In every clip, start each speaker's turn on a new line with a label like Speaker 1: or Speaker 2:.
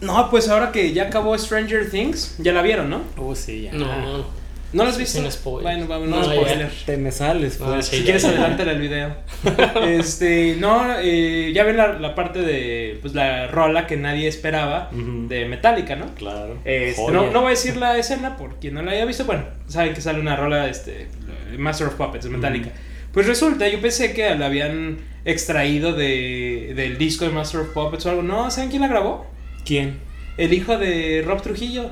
Speaker 1: No, pues ahora que ya acabó Stranger Things, ya la vieron, ¿no?
Speaker 2: Oh, sí, ya.
Speaker 1: Ah.
Speaker 3: No, no.
Speaker 1: ¿No la has visto?
Speaker 3: Sin spoilers.
Speaker 1: Bueno, vamos,
Speaker 3: No,
Speaker 1: no,
Speaker 3: ya.
Speaker 1: spoiler.
Speaker 2: Te me sales,
Speaker 3: Ah,
Speaker 2: pues.
Speaker 3: sí,
Speaker 1: Si
Speaker 3: ya,
Speaker 1: quieres
Speaker 3: ya.
Speaker 1: adelántale el video. Este, no, eh, ya ven la, la parte de, pues la rola que nadie esperaba
Speaker 2: Ujú.
Speaker 1: de Metallica, ¿no?
Speaker 2: Claro.
Speaker 1: Este,
Speaker 2: Joya.
Speaker 1: no, no voy a decir la escena por quien no la haya visto. Bueno, saben que sale una rola este, Master of Puppets de Metallica. Pues resulta, yo pensé que la habían extraído de, del disco de Master of Puppets o algo. No, ¿saben quién la grabó?
Speaker 2: ¿Quién?
Speaker 1: El hijo de Rob Trujillo.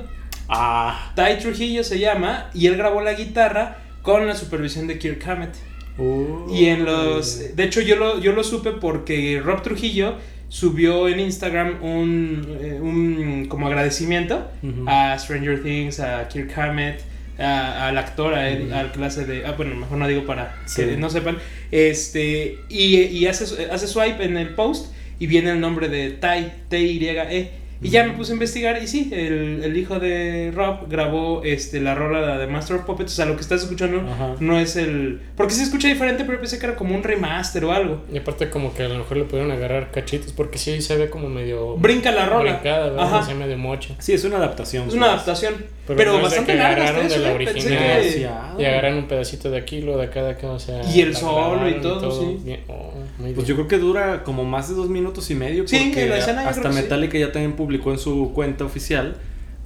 Speaker 2: Ah.
Speaker 1: Ty Trujillo se llama y él grabó la guitarra con la supervisión de Kirk Hammett.
Speaker 2: Uh.
Speaker 1: Y en los. eh, De hecho, yo lo, yo lo supe porque Rob Trujillo subió en Instagram un, eh, un como agradecimiento
Speaker 2: Ujú.
Speaker 1: a Stranger Things, a Kirk Hammett, a- al actor, a él, al clase de. Ah, bueno, mejor no digo para
Speaker 2: Sí.
Speaker 1: que no sepan. Este. Y, y hace, hace swipe en el post y viene el nombre de Ty, T-Y-E. Y ya me puse a investigar y sí, el, el hijo de Rob grabó este, la rola de Master of Puppets, o sea, lo que estás escuchando
Speaker 2: Ajá.
Speaker 1: no es el... Porque se escucha diferente, pero yo pensé que era como un remaster o algo.
Speaker 3: Y aparte como que a lo mejor le pudieron agarrar cachitos porque sí se ve como medio
Speaker 1: Brinca la rola.
Speaker 3: brincada, ¿verdad?
Speaker 1: Ajá.
Speaker 3: Así medio mocha.
Speaker 2: Sí, es una adaptación.
Speaker 1: Es una
Speaker 2: pues.
Speaker 1: adaptación. Pero,
Speaker 3: Pero no es de
Speaker 1: bastante
Speaker 3: que
Speaker 1: larga. hasta
Speaker 3: agarraron de
Speaker 1: eso,
Speaker 3: la
Speaker 1: ¿eh? Pensé
Speaker 3: original.
Speaker 1: que-
Speaker 2: Demasiado.
Speaker 3: Y agarran un pedacito de aquí, lo de acá, de acá, o sea...
Speaker 1: Ah. Y el
Speaker 3: la
Speaker 1: solo y
Speaker 3: grabaron
Speaker 1: todo, sí.
Speaker 3: Bien. Oh, muy
Speaker 2: Pues yo creo
Speaker 3: bien.
Speaker 2: que dura como más de dos minutos y medio.
Speaker 1: Sí,
Speaker 2: porque
Speaker 1: la escena yo
Speaker 2: hasta
Speaker 1: creo que sí.
Speaker 2: Metallica ya también publicó en su cuenta oficial.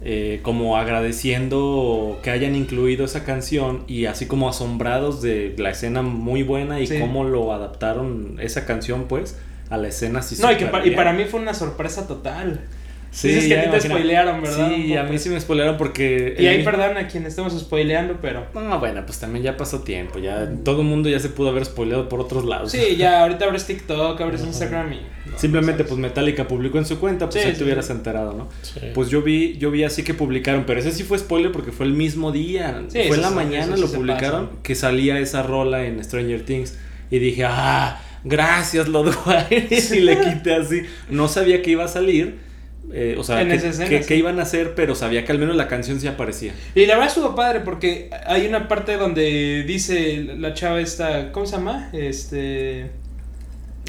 Speaker 2: eh, como agradeciendo que hayan incluido esa canción y así como asombrados de la escena muy buena y
Speaker 1: Sí.
Speaker 2: cómo lo adaptaron esa canción pues a la escena así
Speaker 1: No, y, que
Speaker 2: súper
Speaker 1: pa- y
Speaker 2: bien.
Speaker 1: para mí fue una sorpresa total.
Speaker 2: Sí,
Speaker 1: Dices que
Speaker 2: ya
Speaker 1: a ti
Speaker 2: me
Speaker 1: te
Speaker 2: imagino.
Speaker 1: spoilearon, ¿verdad? Un
Speaker 2: Sí,
Speaker 1: poco.
Speaker 2: a mí sí me spoilearon porque...
Speaker 1: Y
Speaker 2: el
Speaker 1: ahí
Speaker 2: mismo-
Speaker 1: perdón a quien estemos spoileando, pero...
Speaker 2: No, bueno, pues también ya pasó tiempo, ya todo el mundo ya se pudo haber spoileado por otros lados.
Speaker 1: Sí, ya ahorita abres TikTok, abres Instagram y... no,
Speaker 2: Simplemente
Speaker 1: no
Speaker 2: pues
Speaker 1: sabes.
Speaker 2: Metallica publicó en su cuenta, pues
Speaker 1: Sí,
Speaker 2: ahí
Speaker 1: sí,
Speaker 2: te hubieras
Speaker 1: sí.
Speaker 2: enterado, ¿no?
Speaker 3: Sí.
Speaker 2: Pues yo vi, yo vi así que publicaron, pero ese sí fue spoiler porque fue el mismo día,
Speaker 1: Sí, eso
Speaker 2: fue en la
Speaker 1: sí, eso
Speaker 2: mañana
Speaker 1: sí
Speaker 2: lo
Speaker 1: se
Speaker 2: publicaron que salía esa rola en Stranger Things y dije, ah, gracias Lord Wires y le quité así, no sabía que iba a salir, eh, o sea,
Speaker 1: En
Speaker 2: que,
Speaker 1: esa escena,
Speaker 2: que-
Speaker 1: sí.
Speaker 2: que iban a hacer, pero sabía que al menos la canción sí aparecía.
Speaker 1: Y la verdad estuvo padre porque hay una parte donde dice la chava esta, ¿cómo se llama? Este...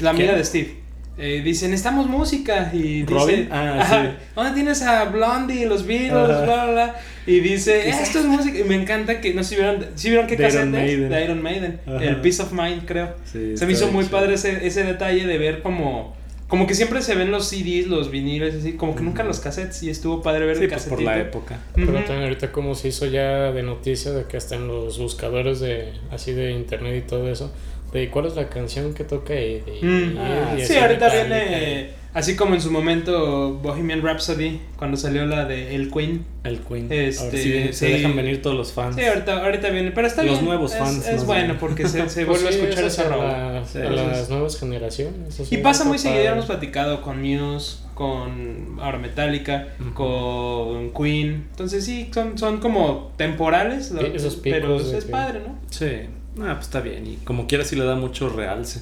Speaker 1: La amiga
Speaker 2: ¿Quién?
Speaker 1: de Steve. Eh, dice, necesitamos música. Y dice,
Speaker 2: ¿Robin? Ah,
Speaker 1: ajá,
Speaker 2: sí. Ah.
Speaker 1: ¿dónde tienes a Blondie, los Beatles, bla,
Speaker 2: Ajá.
Speaker 1: bla, bla? Y dice, "Eh, esto es música. Y me encanta que, no sé si vieron, si vieron qué
Speaker 2: De Iron
Speaker 1: cassette es?
Speaker 2: Maiden.
Speaker 1: de Iron Maiden.
Speaker 2: Ajá.
Speaker 1: El Peace of Mind, creo.
Speaker 2: Sí,
Speaker 1: se me
Speaker 2: está
Speaker 1: hizo
Speaker 2: bien
Speaker 1: muy
Speaker 2: chido.
Speaker 1: padre ese, ese detalle de ver como... Como que siempre se ven los CDs, los viniles, así, como que nunca los cassettes, y estuvo padre ver
Speaker 2: Sí,
Speaker 1: el
Speaker 2: pues
Speaker 1: cassetito.
Speaker 2: por la época.
Speaker 3: Pero
Speaker 1: Ujú.
Speaker 3: también ahorita como se hizo ya de noticia de que hasta en los buscadores de así de internet y todo eso, de cuál es la canción que toca y, y-
Speaker 1: Mm.
Speaker 3: y-
Speaker 2: Ah,
Speaker 3: y
Speaker 1: sí,
Speaker 3: así
Speaker 1: ahorita
Speaker 3: Metallica.
Speaker 1: viene, así como en su momento Bohemian Rhapsody, cuando salió la de El Queen.
Speaker 2: El Queen.
Speaker 1: Este,
Speaker 2: Ahora sí, se
Speaker 1: sí.
Speaker 2: dejan venir todos los fans.
Speaker 1: Sí, ahorita, ahorita viene, pero está
Speaker 2: Los
Speaker 1: bien.
Speaker 2: nuevos
Speaker 1: es,
Speaker 2: fans,
Speaker 1: Es
Speaker 2: más
Speaker 1: bueno
Speaker 2: bien.
Speaker 1: porque se, se
Speaker 3: Pues
Speaker 1: vuelve a
Speaker 3: sí,
Speaker 1: escuchar
Speaker 3: es
Speaker 1: esa
Speaker 3: a
Speaker 1: rola.
Speaker 3: las-
Speaker 2: Sí,
Speaker 3: a
Speaker 2: entonces-
Speaker 3: las nuevas generaciones.
Speaker 1: Y pasa muy seguido, ya
Speaker 3: seguido
Speaker 1: hemos platicado con Muse, con ahora Metallica,
Speaker 2: Ujú.
Speaker 1: con Queen. Entonces sí, son, son como temporales, lo-
Speaker 3: Sí, esos picos
Speaker 1: pero pues
Speaker 3: de
Speaker 1: es
Speaker 3: que-
Speaker 1: padre, ¿no?
Speaker 2: Sí, ah, pues está bien. Y como quiera, sí le da mucho realce.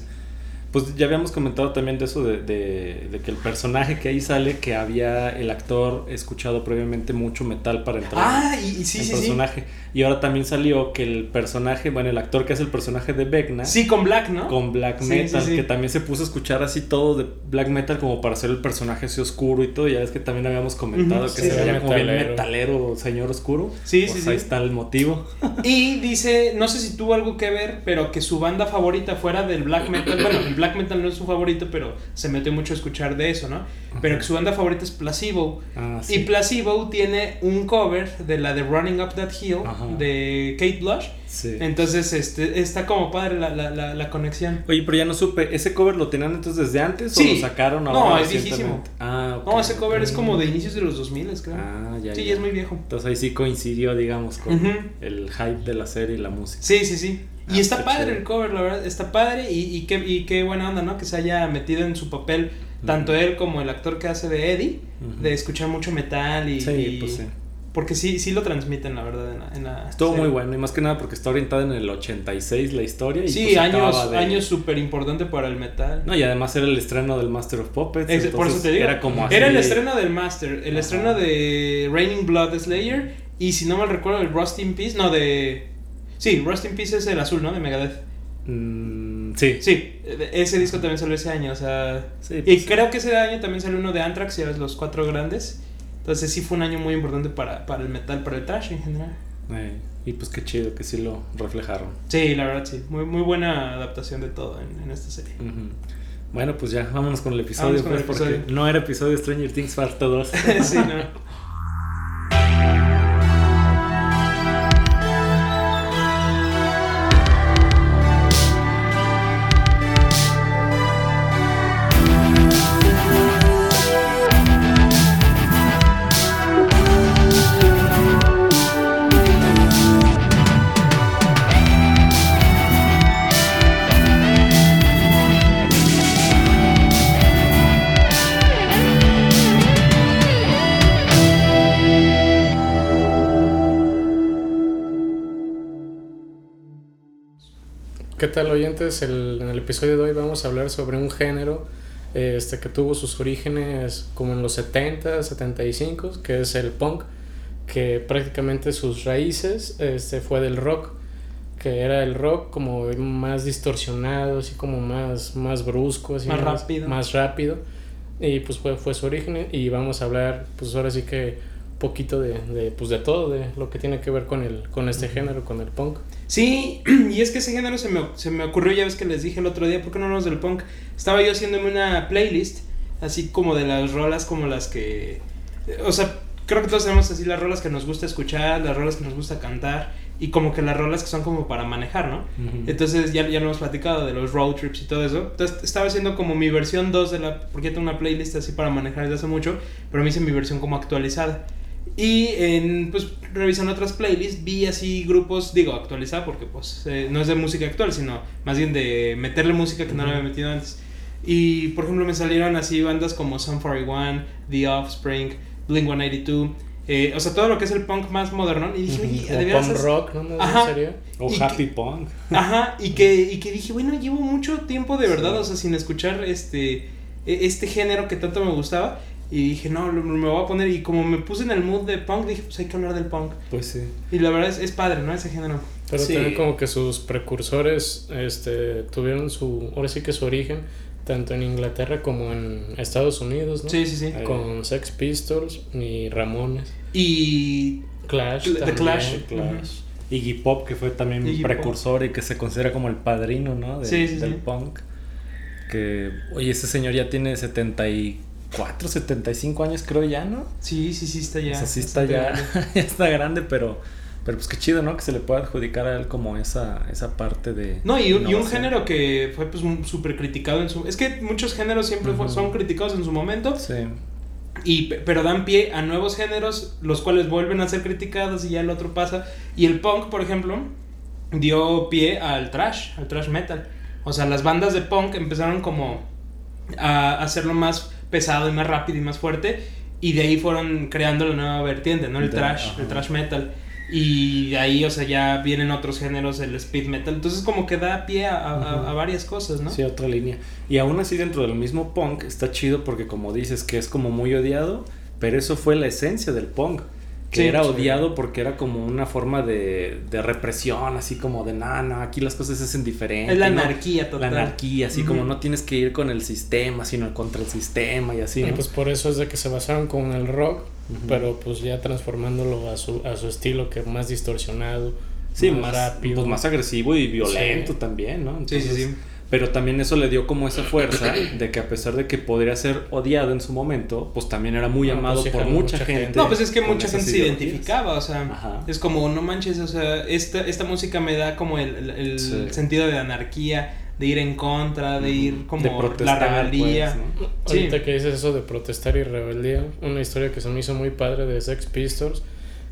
Speaker 2: Pues ya habíamos comentado también de eso, de, de- de que el personaje que ahí sale, que había el actor escuchado previamente mucho metal para entrar
Speaker 1: Ah, y, y sí, sí,
Speaker 2: en
Speaker 1: sí.
Speaker 2: personaje. Y ahora también salió que el personaje, bueno, el actor que hace el personaje de Vecna.
Speaker 1: Sí, con Black, ¿no?
Speaker 2: Con black
Speaker 1: Sí, sí,
Speaker 2: metal,
Speaker 1: sí.
Speaker 2: que también se puso a escuchar así todo de black metal como para hacer el personaje así oscuro y todo. Ya es que también habíamos comentado
Speaker 1: Ujú,
Speaker 2: que
Speaker 1: sí.
Speaker 2: se veía como bien
Speaker 3: Metalero.
Speaker 2: metalero, señor oscuro.
Speaker 1: Sí,
Speaker 2: Pues
Speaker 1: sí, sí.
Speaker 2: Ahí está el motivo.
Speaker 1: Y dice, no sé si tuvo algo que ver, pero que su banda favorita fuera del black metal, bueno, el black metal no es su favorito, pero se metió mucho a escuchar de eso, ¿no? Pero que su banda favorita es Placebo.
Speaker 2: Ah,
Speaker 1: Y Placebo tiene un cover de la de Running Up That Hill
Speaker 2: Ajá.
Speaker 1: de Kate Blush.
Speaker 2: Sí.
Speaker 1: Entonces, este, está como padre la, la, la, la conexión.
Speaker 2: Oye, pero ya no supe, ¿ese cover lo tenían entonces desde antes
Speaker 1: Sí.
Speaker 2: o lo sacaron
Speaker 1: No,
Speaker 2: ahora?
Speaker 1: es
Speaker 2: recientemente?
Speaker 1: viejísimo.
Speaker 2: Ah, ok.
Speaker 1: No, ese cover es como de inicios de los 2000, creo.
Speaker 2: Ah, ya.
Speaker 1: sí,
Speaker 2: ya.
Speaker 1: es muy viejo.
Speaker 2: Entonces ahí sí coincidió, digamos, con
Speaker 1: Ujú.
Speaker 2: el hype de la serie y la música.
Speaker 1: Sí, sí, sí. Y
Speaker 2: Ah,
Speaker 1: está
Speaker 2: qué
Speaker 1: padre
Speaker 2: chido.
Speaker 1: el cover, la verdad, está padre y, y, qué, y qué buena onda, ¿no? Que se haya metido en su papel, tanto él como el actor que hace de Eddie,
Speaker 2: Ujú.
Speaker 1: de escuchar mucho metal y...
Speaker 2: Sí,
Speaker 1: y-
Speaker 2: pues sí.
Speaker 1: Porque sí, sí lo transmiten, la verdad, en la... en la
Speaker 2: Estuvo
Speaker 1: serie.
Speaker 2: muy bueno, y más que nada porque está orientada en el 86 la historia. Y
Speaker 1: Sí,
Speaker 2: pues acababa
Speaker 1: años
Speaker 2: de-
Speaker 1: años súper importante para el metal.
Speaker 2: No, y además era el estreno del Master of Puppets.
Speaker 1: Es- por eso
Speaker 2: entonces
Speaker 1: te digo.
Speaker 2: Era como así.
Speaker 1: Era el estreno del Master, el
Speaker 2: Ajá.
Speaker 1: estreno de Raining Blood Slayer y si no mal recuerdo, el Rust in Peace, no, de... Sí, Rust in Peace es el azul, ¿no? De Megadeth.
Speaker 2: Mm, Sí.
Speaker 1: Sí, eh, ese disco también salió ese año, o sea...
Speaker 2: Sí,
Speaker 1: Y
Speaker 2: pues,
Speaker 1: creo que ese año también salió uno de Anthrax, y eran los cuatro grandes. Entonces sí fue un año muy importante para, para el metal, para el trash en general.
Speaker 2: eh, y pues qué chido que sí lo reflejaron.
Speaker 1: Sí, la verdad sí. Muy, muy buena adaptación de todo en, en esta serie.
Speaker 2: Ujú. Bueno, pues ya, vámonos con el
Speaker 1: Vámonos
Speaker 2: episodio,
Speaker 1: con el
Speaker 2: pues, porque
Speaker 1: episodio.
Speaker 2: no era episodio de Stranger Things parte 2.
Speaker 1: sí, no.
Speaker 3: ¿Qué tal oyentes? El- en el episodio de hoy vamos a hablar sobre un género eh, este, que tuvo sus orígenes como en los 70, 75, que es el punk, que prácticamente sus raíces este, fue del rock, que era el rock como más distorsionado, así como más, más brusco, así
Speaker 1: Más rápido.
Speaker 3: más rápido, y pues fue, fue su origen y vamos a hablar pues ahora sí que poquito de, de, pues, de todo, de lo que tiene que ver con, el, con este género, con el punk.
Speaker 1: Sí, y es que ese género se me, se me ocurrió, ya ves que les dije el otro día, ¿por qué no hablamos del punk? Estaba yo haciéndome una playlist, así como de las rolas como las que... O sea, creo que todos tenemos así las rolas que nos gusta escuchar, las rolas que nos gusta cantar, y como que las rolas que son como para manejar, ¿no?
Speaker 2: Ujú.
Speaker 1: Entonces ya, ya lo hemos platicado de los road trips y todo eso. Entonces estaba haciendo como mi versión 2 de la... Porque yo tengo una playlist así para manejar desde hace mucho, pero me hice mi versión como actualizada. Y en, pues revisando otras playlists vi así grupos, digo actualizada porque pues eh, no es de música actual, sino más bien de meterle música que no le había metido antes. Y por ejemplo me salieron así bandas como Sun 41, The Offspring, Blink 182, eh, o sea todo lo que es el punk más moderno. Y dije, oye,
Speaker 3: Como
Speaker 1: de veras
Speaker 3: punk
Speaker 1: es-
Speaker 3: rock, ¿no? ¿En
Speaker 1: Ajá.
Speaker 3: serio?
Speaker 2: O
Speaker 1: y
Speaker 2: Happy Punk.
Speaker 1: Ajá, y que, y que dije, bueno, llevo mucho tiempo de verdad, o sea, sin escuchar este, e- este género que tanto me gustaba. Y dije, no, lo- me voy a poner. Y como me puse en el mood de punk, dije, pues hay que hablar del punk.
Speaker 2: Pues sí.
Speaker 1: Y la verdad es, es padre, ¿no? Ese género.
Speaker 3: Pero
Speaker 2: Sí.
Speaker 3: también como que sus precursores este, tuvieron su, ahora sí que su origen, tanto en Inglaterra como en Estados Unidos, ¿no? Eh,
Speaker 1: Sí, sí, sí.
Speaker 3: Con Sex Pistols y Ramones.
Speaker 1: Y.
Speaker 3: Clash.
Speaker 1: The
Speaker 3: también.
Speaker 1: Clash.
Speaker 2: Clash. Iggy Pop, que fue también
Speaker 1: Iggy
Speaker 2: precursor y que se considera como el padrino, ¿no? De-
Speaker 1: Sí, sí,
Speaker 2: del
Speaker 1: sí.
Speaker 2: punk. Que, oye, ese señor ya tiene 74, 75 años, creo ya, ¿no?
Speaker 1: Sí, sí, sí, está ya.
Speaker 2: o sea, sí está ya, ya está grande, pero, pero pues qué chido, ¿no? Que se le pueda adjudicar a él como esa, esa parte de...
Speaker 1: No, y un, y un
Speaker 2: innovación.
Speaker 1: género que fue pues un- súper criticado en su... Es que muchos géneros siempre fue-
Speaker 2: Ujú.
Speaker 1: son criticados en su momento,
Speaker 2: Sí.
Speaker 1: y, pe- pero dan pie a nuevos géneros, los cuales vuelven a ser criticados y ya el otro pasa. Y el punk, por ejemplo, dio pie al trash, al trash metal. O sea, las bandas de punk empezaron como a hacerlo más pesado y más rápido y más fuerte. Y de ahí fueron creando la nueva vertiente, ¿no? El
Speaker 2: Ya,
Speaker 1: trash,
Speaker 2: ajá.
Speaker 1: el trash metal. Y de ahí, o sea, ya vienen otros géneros, el speed metal. Entonces como que da pie a, a- a-
Speaker 2: Ujú.
Speaker 1: a varias cosas, ¿no?
Speaker 2: Sí, otra línea. Y aún así dentro del mismo punk está chido porque como dices que es como muy odiado, pero eso fue la esencia del punk. Que
Speaker 1: Sí,
Speaker 2: era
Speaker 1: sí.
Speaker 2: odiado porque era como una forma de, de represión, así como de, no, no, aquí las cosas se hacen diferentes.
Speaker 1: es la anarquía
Speaker 2: La
Speaker 1: total.
Speaker 2: anarquía, así como
Speaker 1: Ujú.
Speaker 2: no tienes que ir con el sistema, sino contra el sistema y así.
Speaker 3: Y
Speaker 2: ¿no?
Speaker 3: pues por eso es de que se basaron con el rock, pero pues ya transformándolo a su, a su estilo que más distorsionado,
Speaker 2: sí, más, pues, más agresivo y violento
Speaker 3: Sí.
Speaker 2: también, ¿no?
Speaker 1: Sí, sí,
Speaker 2: Entonces,
Speaker 1: sí.
Speaker 2: Pero también eso le dio como esa fuerza de que a pesar de que podría ser odiado en su momento, pues también era muy
Speaker 3: Ah, pues
Speaker 2: amado
Speaker 3: sí,
Speaker 2: por
Speaker 3: claro,
Speaker 2: mucha
Speaker 3: mucha
Speaker 2: gente.
Speaker 3: gente.
Speaker 1: No, pues es que
Speaker 2: con
Speaker 1: mucha
Speaker 2: esas
Speaker 1: gente se
Speaker 2: ideologías.
Speaker 1: identificaba, o sea,
Speaker 2: Ajá.
Speaker 1: es como, no manches, o sea, esta, esta música me da como el, el- el
Speaker 2: Sí.
Speaker 1: sentido de anarquía, de ir en contra, de ir como
Speaker 2: De
Speaker 1: la
Speaker 2: protestar,
Speaker 1: rebeldía.
Speaker 2: pues, ¿no?
Speaker 1: Sí.
Speaker 3: Ahorita que dices eso de protestar y rebeldía, una historia que se me hizo muy padre de Sex Pistols,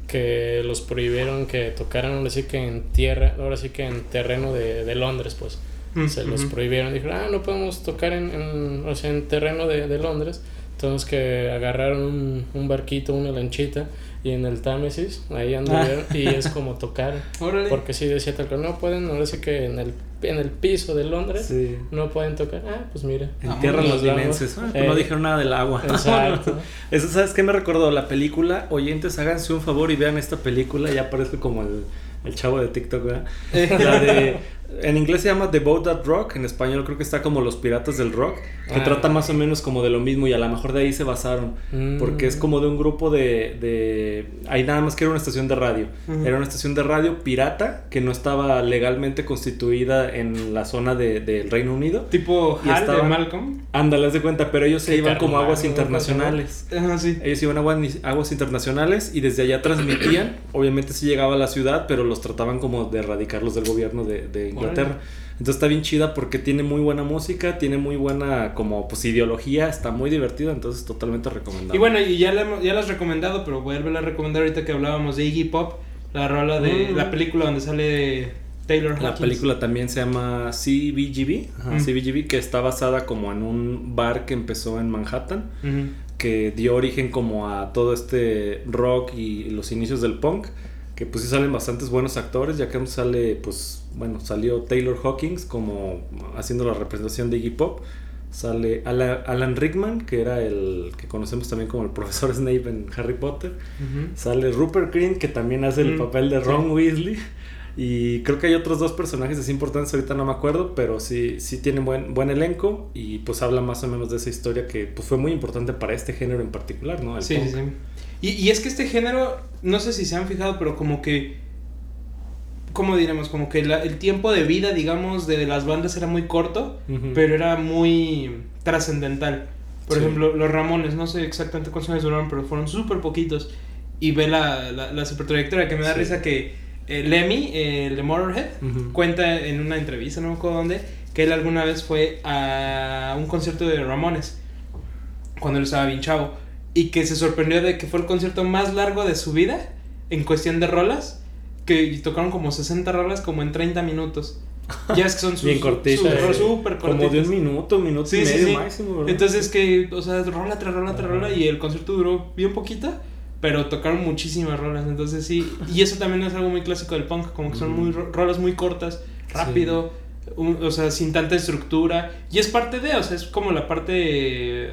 Speaker 3: que los prohibieron que tocaran ahora sí que en tierra, ahora sí que en terreno de, de Londres, pues.
Speaker 1: Mm,
Speaker 3: Se los
Speaker 1: ujú.
Speaker 3: prohibieron, dijeron, ah, no podemos tocar en, en- o sea, en terreno de, de Londres. Entonces que agarraron un, un barquito, una lanchita, y en el
Speaker 1: Ah.
Speaker 3: Támesis, ahí anduvieron, y es como tocar.
Speaker 1: Órale.
Speaker 3: Porque sí decía tal cual, no pueden, ahora sí que en el, en el piso de Londres,
Speaker 2: Sí.
Speaker 3: no pueden tocar. Ah, pues mira.
Speaker 2: En tierra los
Speaker 3: Vámonos, vamos.
Speaker 2: linenses. Ah, pues no
Speaker 3: Eh,
Speaker 2: dijeron nada del agua.
Speaker 3: Exacto.
Speaker 2: Eso, ¿sabes qué me recordó? La película, oyentes, háganse un favor y vean esta película. Ya parezco como el, el chavo de TikTok, ¿verdad?
Speaker 3: Eh.
Speaker 2: La de- en inglés se llama The Boat That Rock, en español creo que está como Los Piratas del Rock, que
Speaker 3: Ah.
Speaker 2: trata más o menos como de lo mismo y a lo mejor de ahí se basaron,
Speaker 3: Mm.
Speaker 2: porque es como de un grupo de... de ahí nada más que era una estación de radio,
Speaker 3: Mm.
Speaker 1: Ujú.
Speaker 2: era una estación de radio pirata que no estaba legalmente constituida en la zona de- del Reino Unido.
Speaker 1: Tipo
Speaker 2: Y
Speaker 1: Hal de
Speaker 2: estaban-
Speaker 1: Malcolm.
Speaker 2: Ándale, haz de cuenta, pero ellos se
Speaker 3: Qué
Speaker 2: iban como
Speaker 3: carnal,
Speaker 2: aguas
Speaker 3: ¿no?
Speaker 2: internacionales.
Speaker 1: Ajá, sí.
Speaker 2: Ellos iban a aguas, aguas internacionales y desde allá transmitían. Obviamente sí llegaba a la ciudad, pero los trataban como de erradicarlos del gobierno de, de Inglaterra.
Speaker 1: Órale.
Speaker 2: Entonces está bien chida porque tiene muy buena música, tiene muy buena como pues ideología, está muy divertida, entonces totalmente recomendable.
Speaker 1: Y bueno, y ya la, hemos- ya la has recomendado, pero vuélvela a recomendar ahorita que hablábamos de Iggy Pop, la rola de
Speaker 2: Mm.
Speaker 1: la película donde sale Taylor
Speaker 2: la
Speaker 1: Hawkins.
Speaker 2: película también se llama CBGB, ajá,
Speaker 1: Mm.
Speaker 2: CBGB, que está basada como en un bar que empezó en Manhattan.
Speaker 1: Ujú.
Speaker 2: que dio origen como a todo este rock y los inicios del punk, que pues sí salen bastantes buenos actores, ya que sale pues bueno, salió Taylor Hawkins como haciendo la representación de Iggy Pop, sale Ala- Alan Rickman, que era el que conocemos también como el profesor Snape en Harry Potter,
Speaker 1: Ujú.
Speaker 2: sale Rupert Green, que también hace el
Speaker 1: Mm,
Speaker 2: papel de Ron Weasley. Y creo que hay otros dos personajes así importantes, ahorita no me acuerdo, pero sí, sí tienen buen, buen elenco y pues habla más o menos de esa historia que pues fue muy importante para este género en particular, ¿no? El
Speaker 1: Sí,
Speaker 2: punk.
Speaker 1: sí, sí. Y, y es que este género, no sé si se han fijado, pero como que. ¿Cómo diremos? Como que la- el tiempo de vida, digamos, de las bandas era muy corto,
Speaker 2: Ujú.
Speaker 1: pero era muy trascendental. Por
Speaker 2: Mm. Sí.
Speaker 1: ejemplo, los Ramones, no sé exactamente cuántos años duraron, pero fueron súper poquitos. Y ve la, la, la super trayectoria que me da
Speaker 2: Sí.
Speaker 1: risa que eh, Lemmy, eh, el de Motorhead,
Speaker 2: Ujú.
Speaker 1: cuenta en una entrevista, no me acuerdo dónde, que él alguna vez fue a un concierto de Ramones cuando él estaba bien chavo y que se sorprendió de que fue el concierto más largo de su vida en cuestión de rolas, que tocaron como 60 rolas como en 30 minutos. Ya es que son sus
Speaker 2: Bien cortito.
Speaker 1: sus-
Speaker 2: eh,
Speaker 1: súper
Speaker 2: Como de
Speaker 1: cortitas.
Speaker 2: un minuto, minuto y
Speaker 1: Sí, sí,
Speaker 2: medio
Speaker 1: sí.
Speaker 2: máximo, ¿verdad?
Speaker 1: Entonces que, o sea, rola tras rola tras
Speaker 2: Ajá.
Speaker 1: rola y el concierto duró bien poquita, pero tocaron muchísimas rolas, entonces sí, y eso también es algo muy clásico del punk, como que son
Speaker 2: Ujú.
Speaker 1: muy ro- rolas muy cortas, rápido, un- o sea, sin tanta estructura, y es parte de, o sea, es como la parte eh,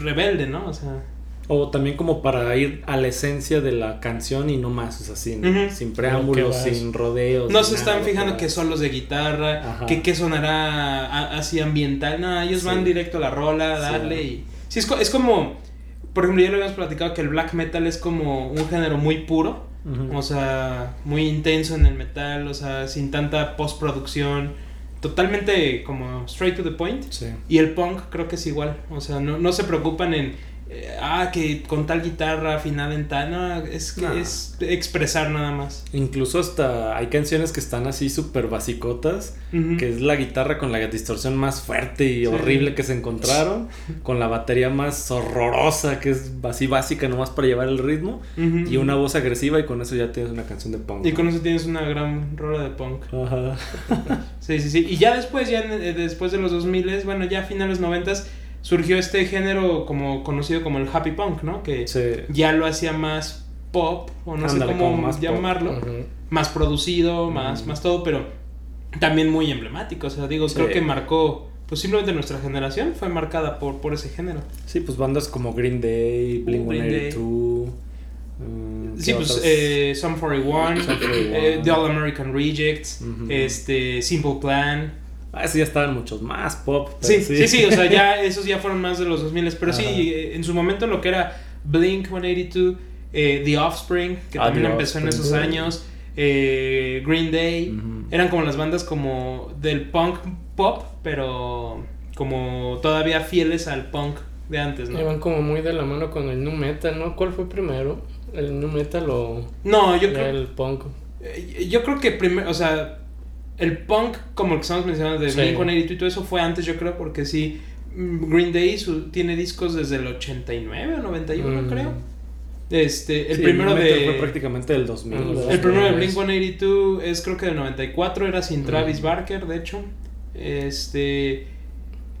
Speaker 1: rebelde, ¿no? O sea,
Speaker 2: O también como para ir a la esencia de la canción y no más, o sea, sin,
Speaker 1: Ujú.
Speaker 2: sin preámbulos,
Speaker 3: Lo que vas.
Speaker 2: sin rodeos.
Speaker 1: no
Speaker 2: sin
Speaker 1: se están
Speaker 2: nada,
Speaker 1: fijando
Speaker 2: ¿verdad?
Speaker 1: que solos de guitarra,
Speaker 2: Ajá.
Speaker 1: que qué sonará a- así ambiental, nada, ellos
Speaker 2: Sí.
Speaker 1: van directo a la rola, a darle
Speaker 2: Sí.
Speaker 1: y... Sí, es, co- es como, por ejemplo, ya lo habíamos platicado que el black metal es como un género muy puro,
Speaker 2: Ujú.
Speaker 1: o sea, muy intenso en el metal, o sea, sin tanta postproducción, totalmente como straight to the point.
Speaker 2: Sí.
Speaker 1: Y el punk creo que es igual, o sea, no, no se preocupan en, eh, ah, que con tal guitarra afinada en tal, no, es que
Speaker 2: No.
Speaker 1: es expresar nada más.
Speaker 2: Incluso hasta hay canciones que están así súper basicotas,
Speaker 1: Ujú.
Speaker 2: que es la guitarra con la distorsión más fuerte y
Speaker 1: Sí.
Speaker 2: horrible que se encontraron, con la batería más horrorosa, que es así básica nomás para llevar el ritmo,
Speaker 1: Ujú.
Speaker 2: y una voz agresiva y con eso ya tienes una canción de punk.
Speaker 1: Y con eso tienes una gran rola de punk.
Speaker 2: Ajá.
Speaker 1: Sí, sí, sí. Y ya después, ya en- eh, después de los 2000, bueno, ya a finales 90 surgió este género como conocido como el happy punk, ¿no? Que
Speaker 2: Sí.
Speaker 1: ya lo hacía más pop, o no
Speaker 2: Ándale,
Speaker 1: sé cómo
Speaker 2: como más pop. Mm.
Speaker 1: llamarlo,
Speaker 3: Ujú.
Speaker 1: más producido, más,
Speaker 2: Ujú.
Speaker 1: más todo, pero también muy emblemático. O sea, digo,
Speaker 2: Sí.
Speaker 1: creo que marcó, pues simplemente nuestra generación fue marcada por, por ese género.
Speaker 2: Sí, pues bandas como Green Day,
Speaker 1: Green Day.
Speaker 2: Blink-182... mm,
Speaker 1: Sí, pues eh, Sum 41,
Speaker 2: Sum 41.
Speaker 1: eh, The All American Rejects,
Speaker 2: Ujú.
Speaker 1: este, Simple Plan.
Speaker 2: Ah, sí, ya estaban muchos más pop. pero
Speaker 1: Sí, sí, sí, o sea, ya esos ya fueron más de los 2000, pero sí,
Speaker 2: Ajá.
Speaker 1: eh, en su momento lo que era Blink 182, eh, The Offspring, que
Speaker 2: Ah,
Speaker 1: también
Speaker 2: The
Speaker 1: empezó en
Speaker 2: Offspring.
Speaker 1: esos años, eh, Green Day,
Speaker 2: Ujú.
Speaker 1: eran como las bandas como del punk pop, pero como todavía fieles al punk de antes,
Speaker 3: Y
Speaker 1: ¿no?
Speaker 3: van como muy de la mano con el nu metal, ¿no? ¿Cuál fue primero? ¿El nu metal o
Speaker 1: No, yo creo,
Speaker 3: el punk?
Speaker 1: eh, yo creo que primero, o sea, el punk como el que estamos mencionando de
Speaker 3: Sí.
Speaker 1: Blink 182 y todo eso fue antes, yo creo, porque sí. mm, Green Day su- tiene discos desde el 89 o 91,
Speaker 3: Mm.
Speaker 1: creo. Este, el
Speaker 2: Sí,
Speaker 1: primero
Speaker 2: Metal
Speaker 1: de.
Speaker 2: Fue prácticamente del 2000.
Speaker 3: El
Speaker 1: El primero de
Speaker 3: Los
Speaker 1: Blink
Speaker 3: primeros.
Speaker 1: 182 es creo que del 94, era sin Travis
Speaker 3: Mm.
Speaker 1: Barker, de hecho. Este.